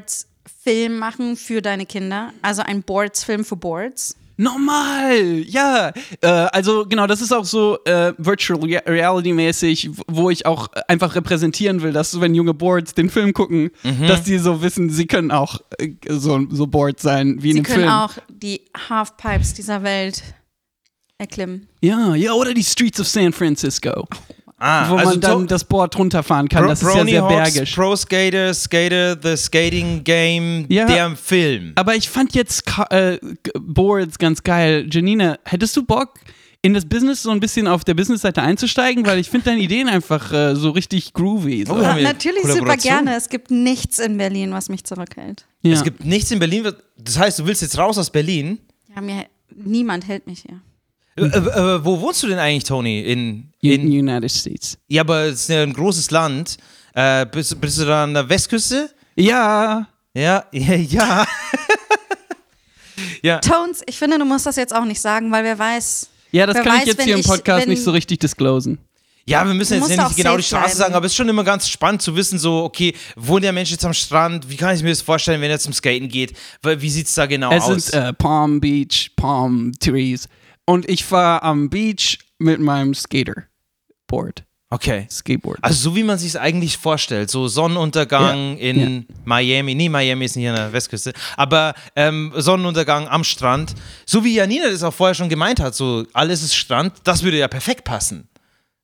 D: Boards-Film machen für deine Kinder? Also einen Boards-Film für Boards?
E: Normal, ja. Äh, also genau, das ist auch so äh, Virtual Rea- Reality mäßig, w- wo ich auch äh, einfach repräsentieren will, dass so, wenn junge Boards den Film gucken, dass die so wissen, sie können auch äh, so, so Boards sein wie in
D: Sie
E: einem
D: können
E: Film.
D: auch die Halfpipes dieser Welt erklimmen.
E: Ja, ja, oder die Streets of San Francisco,
C: ah,
E: wo
C: also
E: man dann
C: so-
E: das Board runterfahren kann.
C: Pro-
E: das ist ja sehr
C: Bronyhawks,
E: bergisch.
C: Pro Skater, Skater, The Skating Game,
E: Ja.
C: der Film.
E: Aber ich fand jetzt Ka- äh, G- Boards ganz geil. Janina, hättest du Bock, in das Business so ein bisschen auf der Business-Seite einzusteigen? Weil ich finde deine Ideen einfach äh, so richtig groovy. So.
C: Oh, haben wir
D: Natürlich super
C: Kollaboration?
D: gerne. Es gibt nichts in Berlin, was mich zurückhält.
E: Ja.
C: Es gibt nichts in Berlin. was- Das heißt, du willst jetzt raus aus Berlin.
D: Ja, mir, niemand hält mich hier.
C: Äh, äh, wo wohnst du denn eigentlich, Tony? In, in,
E: United States.
C: ja, aber es ist ja ein großes Land. Äh, bist, bist du da an der Westküste?
E: Ja.
C: Ja, ja, ja. ja.
D: Tones, ich finde, du musst das jetzt auch nicht sagen, weil wer weiß.
E: Ja, das
D: wer
E: kann
D: weiß,
E: ich jetzt
D: wenn
E: hier im Podcast
D: wenn-
E: nicht so richtig disclosen.
C: Ja, wir müssen jetzt
D: musst
C: nicht
D: auch
C: genau
D: safe
C: die Straße
D: bleiben.
C: sagen, aber es ist schon immer ganz spannend zu wissen, so, okay, wohnt der Mensch jetzt am Strand? Wie kann ich mir das vorstellen, wenn er zum Skaten geht? Weil, Wie sieht es da genau
E: Es
C: aus?
E: sind äh, Palm Beach, Palm Trees. Und ich war am Beach mit meinem Skaterboard.
C: okay.
E: Skateboard.
C: Also so wie man sich es eigentlich vorstellt, so Sonnenuntergang
E: Ja,
C: in Miami, nee, Miami ist nicht an der Westküste, aber ähm, Sonnenuntergang am Strand, so wie Janina das auch vorher schon gemeint hat, so alles ist Strand, das würde ja perfekt passen.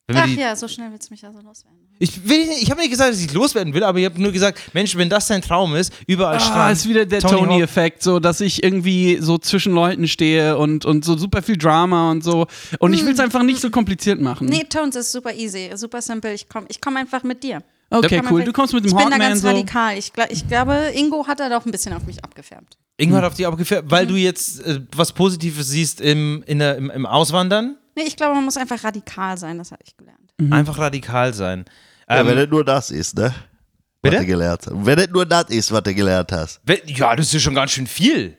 C: Wenn wir
D: Ach
C: die,
D: ja, so schnell willst du mich also loswerden.
C: Ich, will, ich habe nicht gesagt, dass ich loswerden will, aber ich habe nur gesagt, Mensch, wenn das dein Traum ist, überall
E: Ah,
C: Strand.
E: ist wieder der
C: Tony Hawk.
E: Tony-Effekt, so dass ich irgendwie so zwischen Leuten stehe und, und so super viel Drama und so. Und ich will es einfach nicht so kompliziert machen.
D: Hm. Nee, Tones ist super easy, super simpel. Ich komme ich komm einfach mit dir.
E: okay,
D: Kann man
E: cool.
D: vielleicht-
E: Du kommst mit dem
D: ich bin da
E: Hawkman
D: ganz
E: so.
D: radikal. Ich, gla- ich glaube, Ingo hat da doch ein bisschen auf mich abgefärbt.
C: Irgendwann
E: Mhm.
C: hat auf dich abgefärbt, weil du jetzt äh, was Positives siehst im, in der, im, im Auswandern.
D: Nee, ich glaube, man muss einfach radikal sein, das habe ich gelernt.
E: Mhm.
C: Einfach radikal sein.
B: Ja,
C: Ähm,
B: wenn das nur das ist, ne?
C: Bitte?
B: Was du gelernt hast. Wenn das nur das ist, was du gelernt hast.
C: wenn, ja, das ist ja schon ganz schön viel.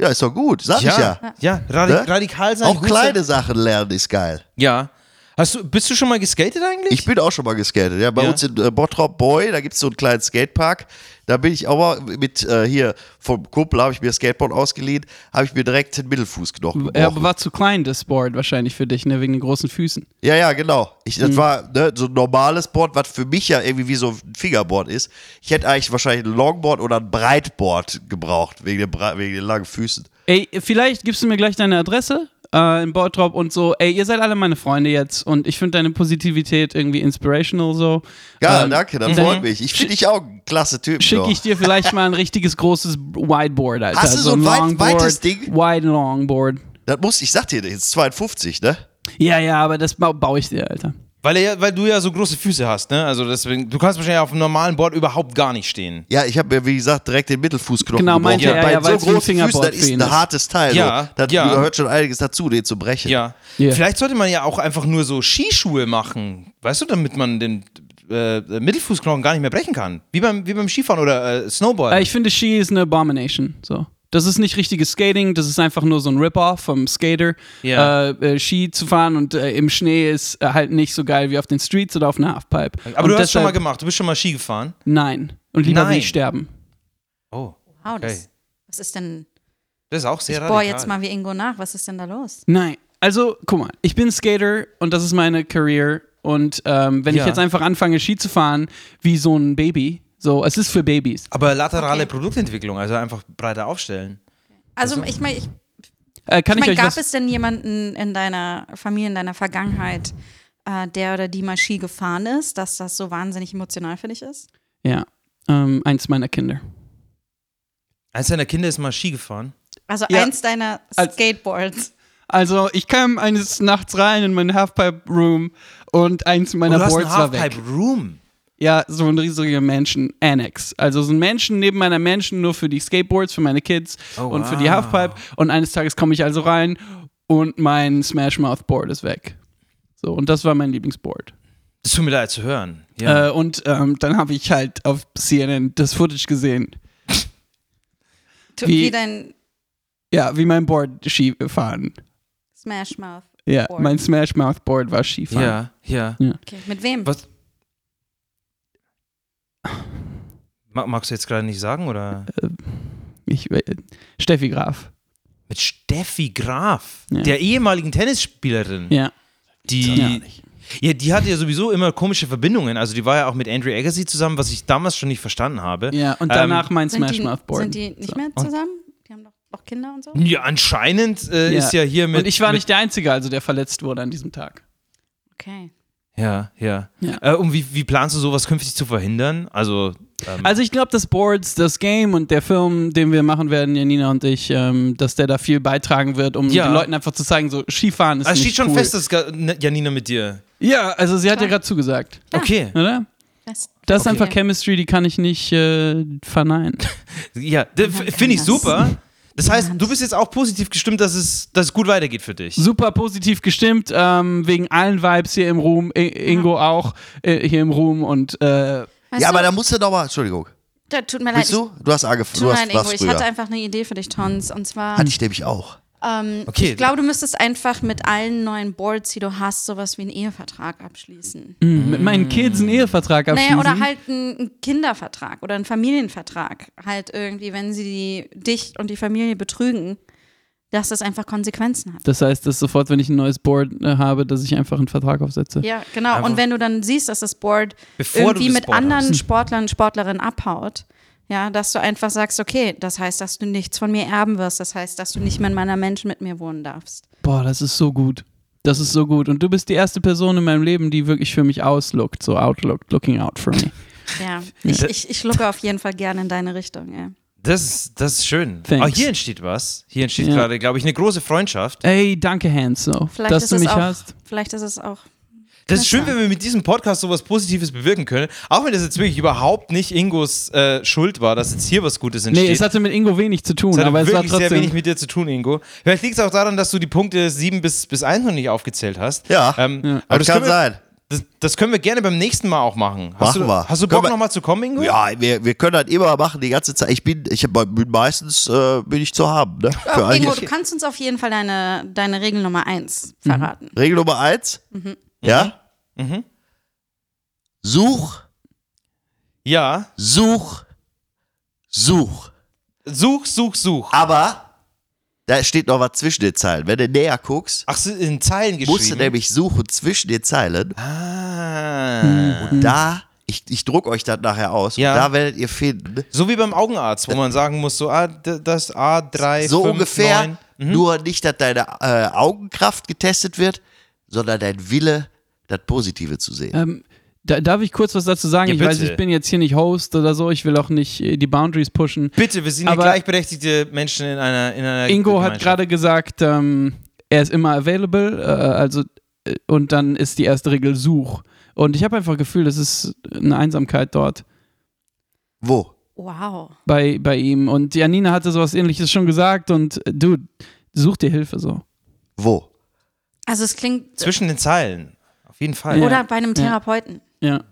B: Ja, ist doch gut, sag ich ja.
C: ja, radi
B: Ne?
C: radikal sein.
B: Auch
C: gut sein.
B: kleine Sachen lernen ist geil.
C: Ja. Hast du, bist du schon mal geskatet eigentlich?
B: Ich bin auch schon mal geskatet. Ja, bei
C: Ja.
B: uns in äh, Bottrop Boy, da gibt es so einen kleinen Skatepark. Da bin ich aber mit äh, hier vom Kumpel habe ich mir Skateboard ausgeliehen, habe ich mir direkt den Mittelfußknochen gebrochen.
E: Er aber war zu klein, das Board wahrscheinlich für dich, ne? Wegen den großen Füßen.
B: Ja, ja, genau. Ich,
E: Mhm.
B: das war ne, so ein normales Board, was für mich ja irgendwie wie so ein Fingerboard ist. Ich hätte eigentlich wahrscheinlich ein Longboard oder ein Breitboard gebraucht, wegen den, brei- wegen den langen Füßen.
E: Ey, vielleicht gibst du mir gleich deine Adresse äh, in Bottrop und so. Ey, ihr seid alle meine Freunde jetzt und ich finde deine Positivität irgendwie inspirational so.
B: Ja,
E: Ähm,
B: danke, das
E: dann
B: freut mich. Ich finde dich auch ein klasse Typ.
E: Schicke ich dir vielleicht mal ein richtiges großes Whiteboard, Alter.
B: Hast du so ein weit- weites Ding?
E: Wide Longboard.
B: Das muss, ich sag dir, das ist 52, ne?
E: Ja, ja, aber das ba baue ich dir, Alter.
C: Weil, er, weil du ja so große Füße hast, ne? Also deswegen, du kannst wahrscheinlich auf einem normalen Board überhaupt gar nicht stehen.
B: Ja, ich habe mir, wie gesagt, direkt den Mittelfußknochen
E: Genau,
B: gebrochen.
E: meinte er
B: Bei
E: ja, weil es wie
B: so
E: ein
B: großen Füßen,
E: Fingerboard
B: das ist
E: für ihn
B: ein
E: ist.
B: hartes Teil.
C: Ja,
B: so. Da
C: ja.
B: gehört schon einiges dazu, den zu brechen.
C: Ja.
E: Ja.
C: Vielleicht sollte man ja auch einfach nur so Skischuhe machen, weißt du, damit man den äh, Mittelfußknochen gar nicht mehr brechen kann. Wie beim, wie beim Skifahren oder äh, Snowboarden.
E: Äh, ich finde, Ski ist eine Abomination. So. Das ist nicht richtiges Skating, das ist einfach nur so ein Rip-Off vom Skater.
C: Ja.
E: Äh, äh, Ski zu fahren und äh, im Schnee ist äh, halt nicht so geil wie auf den Streets oder auf einer Halfpipe.
C: Aber
E: und
C: du hast schon mal
E: deshalb-
C: gemacht, du bist schon mal Ski gefahren.
E: Nein. Und lieber
C: Nein.
E: will ich sterben.
C: Oh.
D: Wow,
C: Okay.
D: das, was ist denn?
C: Das ist auch sehr
D: Boah,
C: radikal.
D: jetzt mal wie Ingo nach, was ist denn da los?
E: Nein. Also, guck mal, ich bin Skater und das ist meine Career. Und ähm, wenn
C: Ja.
E: ich jetzt einfach anfange, Ski zu fahren, wie so ein Baby, so, es ist für Babys.
C: Aber laterale
D: Okay.
C: Produktentwicklung, also einfach breiter aufstellen.
D: Also ich meine, ich,
E: Äh, kann
D: ich
E: ich,
D: mein,
E: euch
D: gab
E: was
D: es denn jemanden in deiner Familie, in deiner Vergangenheit, äh, der oder die mal Ski gefahren ist, dass das so wahnsinnig emotional für dich ist?
E: Ja, ähm, eins meiner Kinder.
C: Eins deiner Kinder ist mal Ski gefahren.
D: Also
E: Ja.
D: eins deiner
E: Als-
D: Skateboards.
E: Also, ich kam eines Nachts rein in meinen Halfpipe-Room und eins
C: Und
E: meiner
C: Oh, du hast einen
E: Boards war weg.
C: Halfpipe Room.
E: Ja, so ein riesiger Mansion-Annex. Also so ein Mansion neben meiner Mansion nur für die Skateboards, für meine Kids und für die
C: Oh, wow.
E: Halfpipe. Und eines Tages komme ich also rein und mein Smash Mouth Board ist weg. So, und das war mein Lieblingsboard.
C: Das tut mir leid zu hören. Ja.
E: Äh, und ähm, dann habe ich halt auf CNN das Footage gesehen.
D: Tu-
E: Wie-
D: Wie dein
E: Ja, wie mein Board Ski fahren.
D: Smash Mouth.
E: Ja,
D: Board.
E: mein Smash Mouth Board war Skifahren.
C: ja, ja.
D: Okay. Mit wem?
C: Was- Ma- Magst du jetzt gerade nicht sagen, oder?
E: Äh. Ich, äh, Steffi Graf.
C: Mit Steffi Graf,
E: Ja.
C: der ehemaligen Tennisspielerin.
E: Ja.
C: Die,
E: Ja.
C: ja, die hatte ja sowieso immer komische Verbindungen. Also die war ja auch mit Andrew Agassi zusammen, was ich damals schon nicht verstanden habe.
E: Ja, und
C: Ähm,
E: danach mein
D: sind,
E: Smash
D: die,
E: Mouth Board.
D: sind die nicht
E: So.
D: mehr zusammen? Die haben doch auch Kinder und so?
B: Mhm.
C: Ja, anscheinend äh, ist ja hier mit.
E: Und ich war
C: mit,
E: nicht der Einzige, also der verletzt wurde an diesem Tag.
D: Okay.
C: Ja, ja.
E: Ja.
C: Äh, und wie, wie planst du sowas künftig zu verhindern? Also, ähm,
E: Also ich glaube, dass Boards, das Game und der Film, den wir machen werden, Janina und ich, ähm, dass der da viel beitragen wird, um
C: Ja.
E: den Leuten einfach zu zeigen, so Skifahren ist
C: also
E: nicht
C: steht schon
E: cool.
C: fest, dass Ga- ne- Janina mit dir.
E: Ja, also sie hat ja
D: Klar.
E: gerade zugesagt,
C: Okay.
E: oder?
D: Das,
E: Das ist
D: okay.
E: einfach Chemistry, die kann ich nicht äh, verneinen.
C: Ja, d- f- finde ich
D: das.
C: super. Das heißt, du bist jetzt auch positiv gestimmt, dass es, dass es gut weitergeht für dich.
E: Super positiv gestimmt, ähm, wegen allen Vibes hier im Room, I Ingo auch äh, hier im Room und äh,
D: Weißt
B: Ja, aber
D: du,
B: da musst du doch mal, Entschuldigung.
D: da, tut mir leid.
B: Bist
D: Ich,
B: du? Du hast angefangen,
D: tut
B: du
D: mir
B: hast
D: leid,
B: was
D: Ingo. Ich
B: früher.
D: hatte einfach eine Idee für dich, Tons. Und zwar.
B: Hatte ich nämlich auch.
D: Ähm,
C: Okay.
D: Ich glaube, du müsstest einfach mit allen neuen Boards, die du hast, sowas wie einen Ehevertrag abschließen.
B: Mhm.
E: mh,
C: Mm.
E: mit meinen Kids einen Ehevertrag abschließen.
D: Naja, oder halt einen einen Kindervertrag oder einen Familienvertrag. Halt irgendwie, wenn sie die, dich und die Familie betrügen, dass das einfach Konsequenzen hat.
E: Das heißt, dass sofort, wenn ich ein neues Board äh, habe, dass ich einfach einen Vertrag aufsetze.
D: Ja, genau.
C: Einfach-
D: und wenn du dann siehst, dass das Board
C: Bevor du
D: irgendwie
C: das
D: mit
C: Board
D: anderen
C: hast.
D: Sportlern und Sportlerinnen abhaut, ja, dass du einfach sagst, okay, das heißt, dass du nichts von mir erben wirst, das heißt, dass du nicht mehr in meiner Menschen mit mir wohnen darfst.
E: Boah, das ist so gut. Das ist so gut. Und du bist die erste Person in meinem Leben, die wirklich für mich auslookt, so outlooked, looking out for me.
D: Ja, ich, ich, ich lucke auf jeden Fall gerne in deine Richtung, ja.
C: Das ist, das ist schön.
E: Thanks.
C: Auch hier entsteht was. Hier entsteht
E: Ja. Äh,
C: gerade, glaube ich, eine große Freundschaft.
E: Ey, danke, Hans, so,
D: Vielleicht
E: dass
D: ist
E: du
D: es
E: mich
D: auch,
E: hast.
D: Vielleicht ist es auch.
C: Das ist schön,
D: Besser.
C: wenn wir mit diesem Podcast sowas Positives bewirken können. Auch wenn das jetzt wirklich überhaupt nicht Ingos äh, Schuld war, dass jetzt hier was Gutes
E: Nee,
C: entsteht.
E: es hatte mit Ingo wenig zu tun,
C: Das hatte
E: aber es war
C: wirklich sehr wenig
E: trotzdem.
C: mit dir zu tun, Ingo. Vielleicht liegt es auch daran, dass du die Punkte 7 bis, bis 1 noch nicht aufgezählt hast.
B: Ja.
C: Ähm,
E: Ja.
C: Aber das
B: das kann
C: können, wir,
B: sein.
C: Das, das können wir gerne beim nächsten Mal auch machen. Hast
B: Machen
C: du,
B: wir.
C: Hast du
B: Können
C: Bock
B: wir-
C: nochmal zu kommen,
D: Ne?
C: Ingo?
B: Ja, wir, wir können das immer machen, die ganze Zeit. Ich bin, ich hab, bin meistens äh, bin ich zu haben, ne? Für
D: Oh, Ingo,
B: eigentlich.
D: du Mhm. kannst uns auf jeden Fall deine, deine Regel Nummer eins verraten.
B: Regel Nummer eins: Ja?
C: Mhm.
B: Such,
C: Ja.
B: such, such.
C: Such, such, such.
B: Aber da steht noch was zwischen den Zeilen. Wenn du näher guckst,
C: Ach, so, in Zeilen geschrieben.
B: musst du nämlich suchen zwischen den Zeilen.
C: ah.
B: Und da, ich, ich druck euch das nachher aus,
C: Ja.
B: und da werdet ihr finden,
C: So wie beim Augenarzt, wo man sagen muss, so, ah, d- das A3,
B: so
C: 5,
B: ungefähr,
C: 9.
E: Mhm.
B: nur nicht, dass deine äh, Augenkraft getestet wird, sondern dein Wille, das Positive zu sehen.
E: Ähm, da, darf ich kurz was dazu sagen?
C: Ja,
E: ich weiß,
C: bitte.
E: ich bin jetzt hier nicht Host oder so, ich will auch nicht äh, die Boundaries pushen.
C: Bitte, wir sind ja
E: Aber-
C: gleichberechtigte Menschen in einer, in einer
E: Ingo hat
C: Gemeinschaft.
E: gerade gesagt, ähm, er ist immer available, äh, also äh, und dann ist die erste Regel Such. Und ich habe einfach Gefühl, es ist eine Einsamkeit dort
B: Wo?
D: Wow.
E: bei, bei ihm. Und Janina hatte sowas ähnliches schon gesagt und äh, du, such dir Hilfe so.
B: Wo?
D: Also es klingt.
C: Zwischen den Zeilen. Auf jeden Fall.
E: Ja.
D: Oder bei einem
E: Ja.
D: Therapeuten.
E: Ja.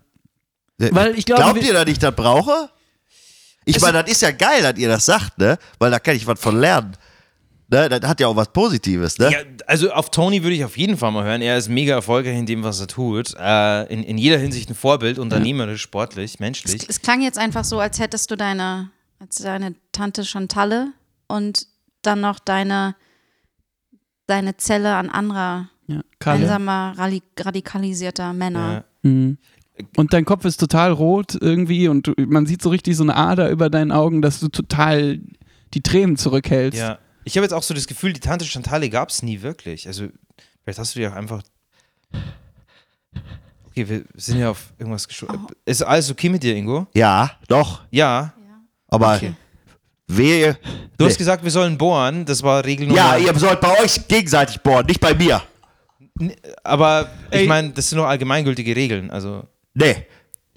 E: Weil ich glaube,
B: Äh, Glaubt
E: wir-
B: ihr, dass ich das brauche? Ich meine, das ist ja geil, dass ihr das sagt, ne? Weil da kann ich was von lernen. Ne? Das hat ja auch was Positives, ne?
C: Ja, also auf Tony würde ich auf jeden Fall mal hören. Er ist mega erfolgreich in dem, was er tut. Äh, in, in jeder Hinsicht ein Vorbild, unternehmerisch, sportlich, menschlich.
D: Es klang jetzt einfach so, als hättest du deine, als deine Tante Chantalle und dann noch deine, deine Zelle an anderer
E: Ja, Kalle.
D: einsamer, rali- radikalisierter Männer.
C: Ja.
E: Mhm. Und dein Kopf ist total rot irgendwie und du, man sieht so richtig so eine Ader über deinen Augen, dass du total die Tränen zurückhältst.
C: Ja. Ich habe jetzt auch so das Gefühl, die Tante Chantale gab es nie wirklich. Also, vielleicht hast du die auch einfach. Okay, wir sind ja auf irgendwas geschoben. Ist alles okay mit dir, Ingo?
B: Ja, doch.
C: Ja.
B: Aber wehe.
C: Du hast
B: Nee.
C: gesagt, wir sollen bohren. Das war Regel Nummer.
B: Ja, ihr sollt bei euch gegenseitig bohren, nicht bei mir.
C: Aber
E: Ey.
C: ich meine, das sind nur allgemeingültige Regeln. Also.
B: Nee,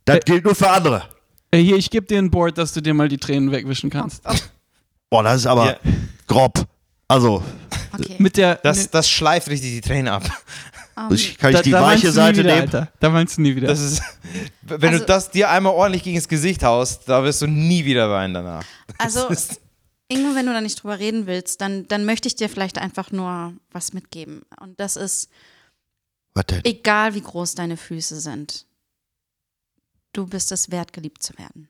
B: das gilt nur für andere.
E: Äh, Hier, ich gebe dir ein Board, dass du dir mal die Tränen wegwischen kannst.
B: Boah, das ist aber
C: Ja.
B: grob. Also,
D: Okay. ähm,
E: Mit der
C: Das, das schleift richtig die Tränen ab.
B: ich, kann ich
E: da,
B: die
E: da meinst
B: weiche
E: du nie
B: Seite
E: wieder,
B: nehmen?
E: Alter. Da meinst du nie wieder.
C: Das ist, wenn
D: Also-
C: du das dir einmal ordentlich gegen das Gesicht haust, da wirst du nie wieder weinen danach.
D: Also, Ingo, wenn du da nicht drüber reden willst, dann, dann möchte ich dir vielleicht einfach nur was mitgeben. Und das ist,
B: Was denn?
D: egal wie groß deine Füße sind, du bist es wert, geliebt zu werden.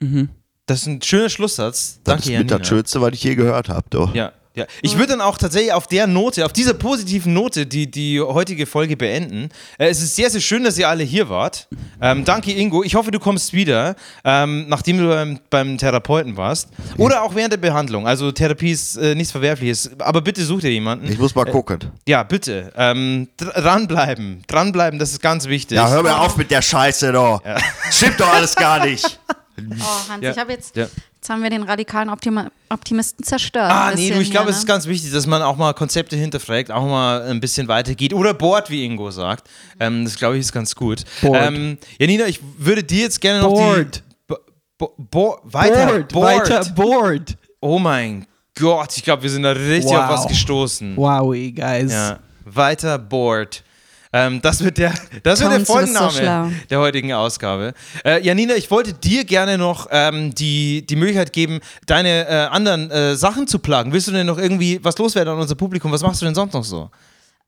E: mhm.
C: Das ist ein schöner Schlusssatz. Danke,
B: das ist mit
C: Janina.
B: das Schönste, was ich je gehört habe, doch.
C: Ja, ja. Ich würde dann auch tatsächlich auf der Note, auf dieser positiven Note, die die heutige Folge beenden. Äh, es ist sehr, sehr schön, dass ihr alle hier wart. Ähm, danke, Ingo. Ich hoffe, du kommst wieder, ähm, nachdem du beim, beim Therapeuten warst. Oder auch während der Behandlung. Also Therapie ist äh, nichts Verwerfliches. Aber bitte such dir jemanden.
B: Ich muss mal gucken.
C: Ja, bitte. Ähm, dr dranbleiben. Dranbleiben, das ist ganz wichtig.
B: Ja, hör mir auf mit der Scheiße, doch. Stimmt doch alles gar nicht.
D: Oh, Hans,
C: Ja.
D: ich habe jetzt,
C: Ja.
D: jetzt haben wir den radikalen Optima Optimisten zerstört.
C: Ah,
D: Ein
C: nee,
D: bisschen
C: du, ich glaube,
D: hier,
C: es ist
D: ne?
C: ganz wichtig, dass man auch mal Konzepte hinterfragt, auch mal ein bisschen weitergeht oder bohrt, wie Ingo sagt. Ähm, das glaube ich ist ganz gut.
E: Bohrt.
C: Ähm, Janina, ich würde dir jetzt gerne noch
E: Bohrt.
C: die. Bo- Bo bo weiter,
E: Board,
C: bohrt.
E: weiter Board.
C: Oh mein Gott, ich glaube, wir sind da richtig auf
E: Wow.
C: was gestoßen.
E: Wowie, guys.
C: Ja, weiter bohrt. Ähm, das wird der, das wird der
D: Tom, du bist so
C: Folgenname
D: schlau.
C: der heutigen Ausgabe. Äh, Janina, ich wollte dir gerne noch ähm, die, die Möglichkeit geben, deine äh, anderen äh, Sachen zu plagen. Willst du denn noch irgendwie was loswerden an unser Publikum? Was machst du denn sonst noch so?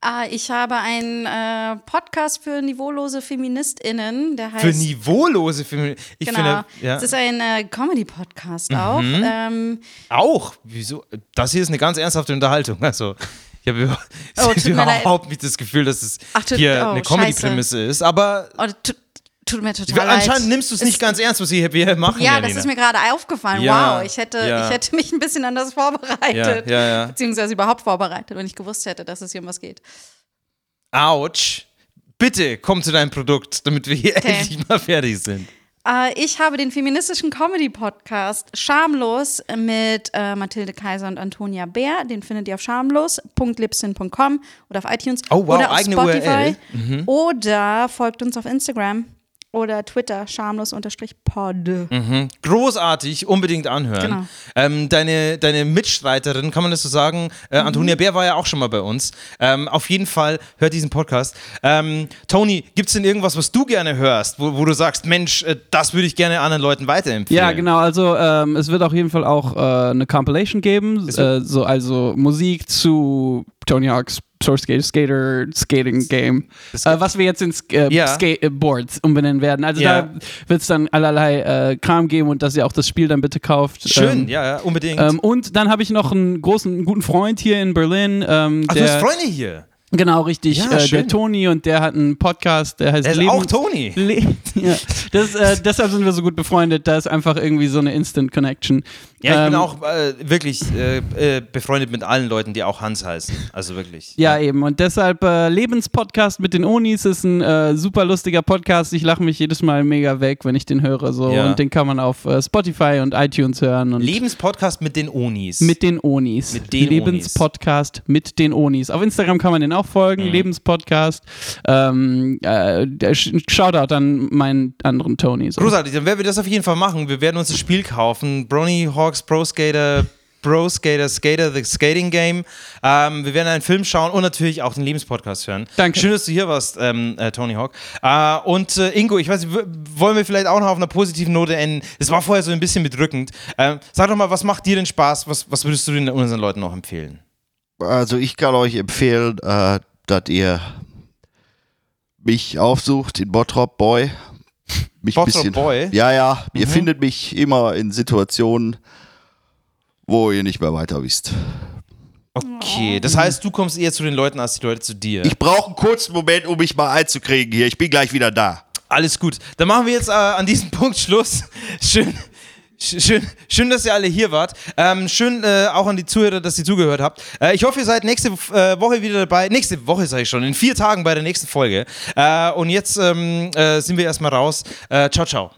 D: Ah, ich habe einen äh, Podcast für niveaulose FeministInnen, der heißt.
C: Für niveaulose Filme. Ich
D: Genau.
C: finde, ja, Mhm.
D: Es ist ein äh, Comedy-Podcast auch. Ähm,
C: auch. Wieso? Das hier ist eine ganz ernsthafte Unterhaltung. Also. Ich habe über-
D: Oh, tut mir leid.
C: überhaupt nicht das Gefühl, dass es
D: Ach, tut-
C: hier
D: oh,
C: eine Comedy-Prämisse ist, aber
D: oh, tut, tut mir total leid.
C: anscheinend nimmst du es nicht ganz ernst, was wir hier machen.
D: Ja,
C: Janina.
D: das ist mir gerade aufgefallen.
C: Ja,
D: wow, ich hätte,
C: ja.
D: ich hätte mich ein bisschen anders vorbereitet.
C: Ja, ja, ja.
D: Beziehungsweise überhaupt vorbereitet, wenn ich gewusst hätte, dass es hier um was geht.
C: Autsch. Bitte komm zu deinem Produkt, damit wir hier
D: Okay.
C: endlich mal fertig sind.
D: Äh, ich habe den feministischen Comedy-Podcast Schamlos mit äh, Mathilde Kaiser und Antonia Bär. Den findet ihr auf schamlos.libsyn.com oder auf iTunes
C: Oh, wow,
D: oder auf
C: eigene
D: Spotify.
C: Mhm.
D: Oder folgt uns auf Instagram oder Twitter schamlos-pod.
C: Großartig, unbedingt anhören.
D: Genau.
C: Ähm, deine, deine Mitstreiterin, kann man das so sagen? Äh,
D: Mhm.
C: Antonia Bär war ja auch schon mal bei uns. Ähm, auf jeden Fall hört diesen Podcast. Ähm, Toni, gibt es denn irgendwas, was du gerne hörst, wo, wo du sagst, Mensch, äh, das würde ich gerne anderen Leuten weiterempfehlen?
E: Ja, genau. Also ähm, es wird auf jeden Fall auch äh, eine Compilation geben, äh, so also Musik zu Tony Hawk's Pro Skater, Skater Skating Game, äh, was wir jetzt in Sk äh,
C: Ja.
E: Skate- äh, Boards umbenennen werden. Also
C: Ja.
E: da wird es dann allerlei äh, Kram geben und dass ihr auch das Spiel dann bitte kauft.
C: Schön,
E: Ähm,
C: ja, ja, unbedingt.
E: Ähm, und dann habe ich noch einen großen, einen guten Freund hier in Berlin. Ähm,
C: Ach, du hast
E: der,
C: Freunde hier.
E: genau, richtig.
C: Ja,
E: äh, der
C: schön.
E: Toni und der hat einen Podcast, der heißt
C: Der ist
E: Leben,
C: auch Tony.
E: Le ja. das, äh, deshalb sind wir so gut befreundet. Da ist einfach irgendwie so eine Instant Connection.
C: Ja, ich bin
E: Ähm,
C: auch äh, wirklich äh, äh, befreundet mit allen Leuten, die auch Hans heißen. Also wirklich.
E: Ja, eben. Und deshalb äh, Lebenspodcast mit den Onis ist ein äh, super lustiger Podcast. Ich lache mich jedes Mal mega weg, wenn ich den höre. So.
C: Ja.
E: Und den kann man auf äh, Spotify und iTunes hören. Und
C: Lebenspodcast mit den Onis.
E: mit den Onis.
C: Mit den
E: Lebenspodcast mit den Onis. Auf Instagram kann man den auch folgen.
C: Mhm.
E: Lebenspodcast. Ähm, äh, der Sch- Shoutout an meinen anderen Tony. So.
C: Großartig, dann werden wir das auf jeden Fall machen. Wir werden uns das Spiel kaufen. Brony Hawks Pro Skater. Pro Skater, Skater, The Skating Game. Ähm, wir werden einen Film schauen und natürlich auch den Lebenspodcast hören.
E: Danke.
C: Schön, dass du hier warst, ähm, äh, Tony Hawk. Äh, und äh, Ingo, ich weiß, nicht, w- wollen wir vielleicht auch noch auf einer positiven Note enden? Es war vorher so ein bisschen bedrückend. Ähm, sag doch mal, was macht dir denn Spaß? Was, was würdest du denn unseren Leuten noch empfehlen?
B: Also ich kann euch empfehlen, äh, dass ihr mich aufsucht in Bottrop Boy. Mich ein
C: Bottrop
B: bisschen,
C: Boy? Mhm.
B: Ja, ja. Ihr findet mich immer in Situationen, wo ihr nicht mehr weiter wisst.
C: Okay, das heißt, du kommst eher zu den Leuten als die Leute zu dir.
B: Ich brauche einen kurzen Moment, um mich mal einzukriegen hier. Ich bin gleich wieder da.
C: Alles gut. Dann machen wir jetzt äh, an diesem Punkt Schluss. Schön. sch- Schön, schön, dass ihr alle hier wart. Ähm, schön äh, auch an die Zuhörer, dass ihr zugehört habt. Äh, ich hoffe, ihr seid nächste äh, Woche wieder dabei. Nächste Woche sage ich schon, in vier Tagen bei der nächsten Folge. Äh, und jetzt ähm, äh, sind wir erstmal raus. Äh, ciao, ciao.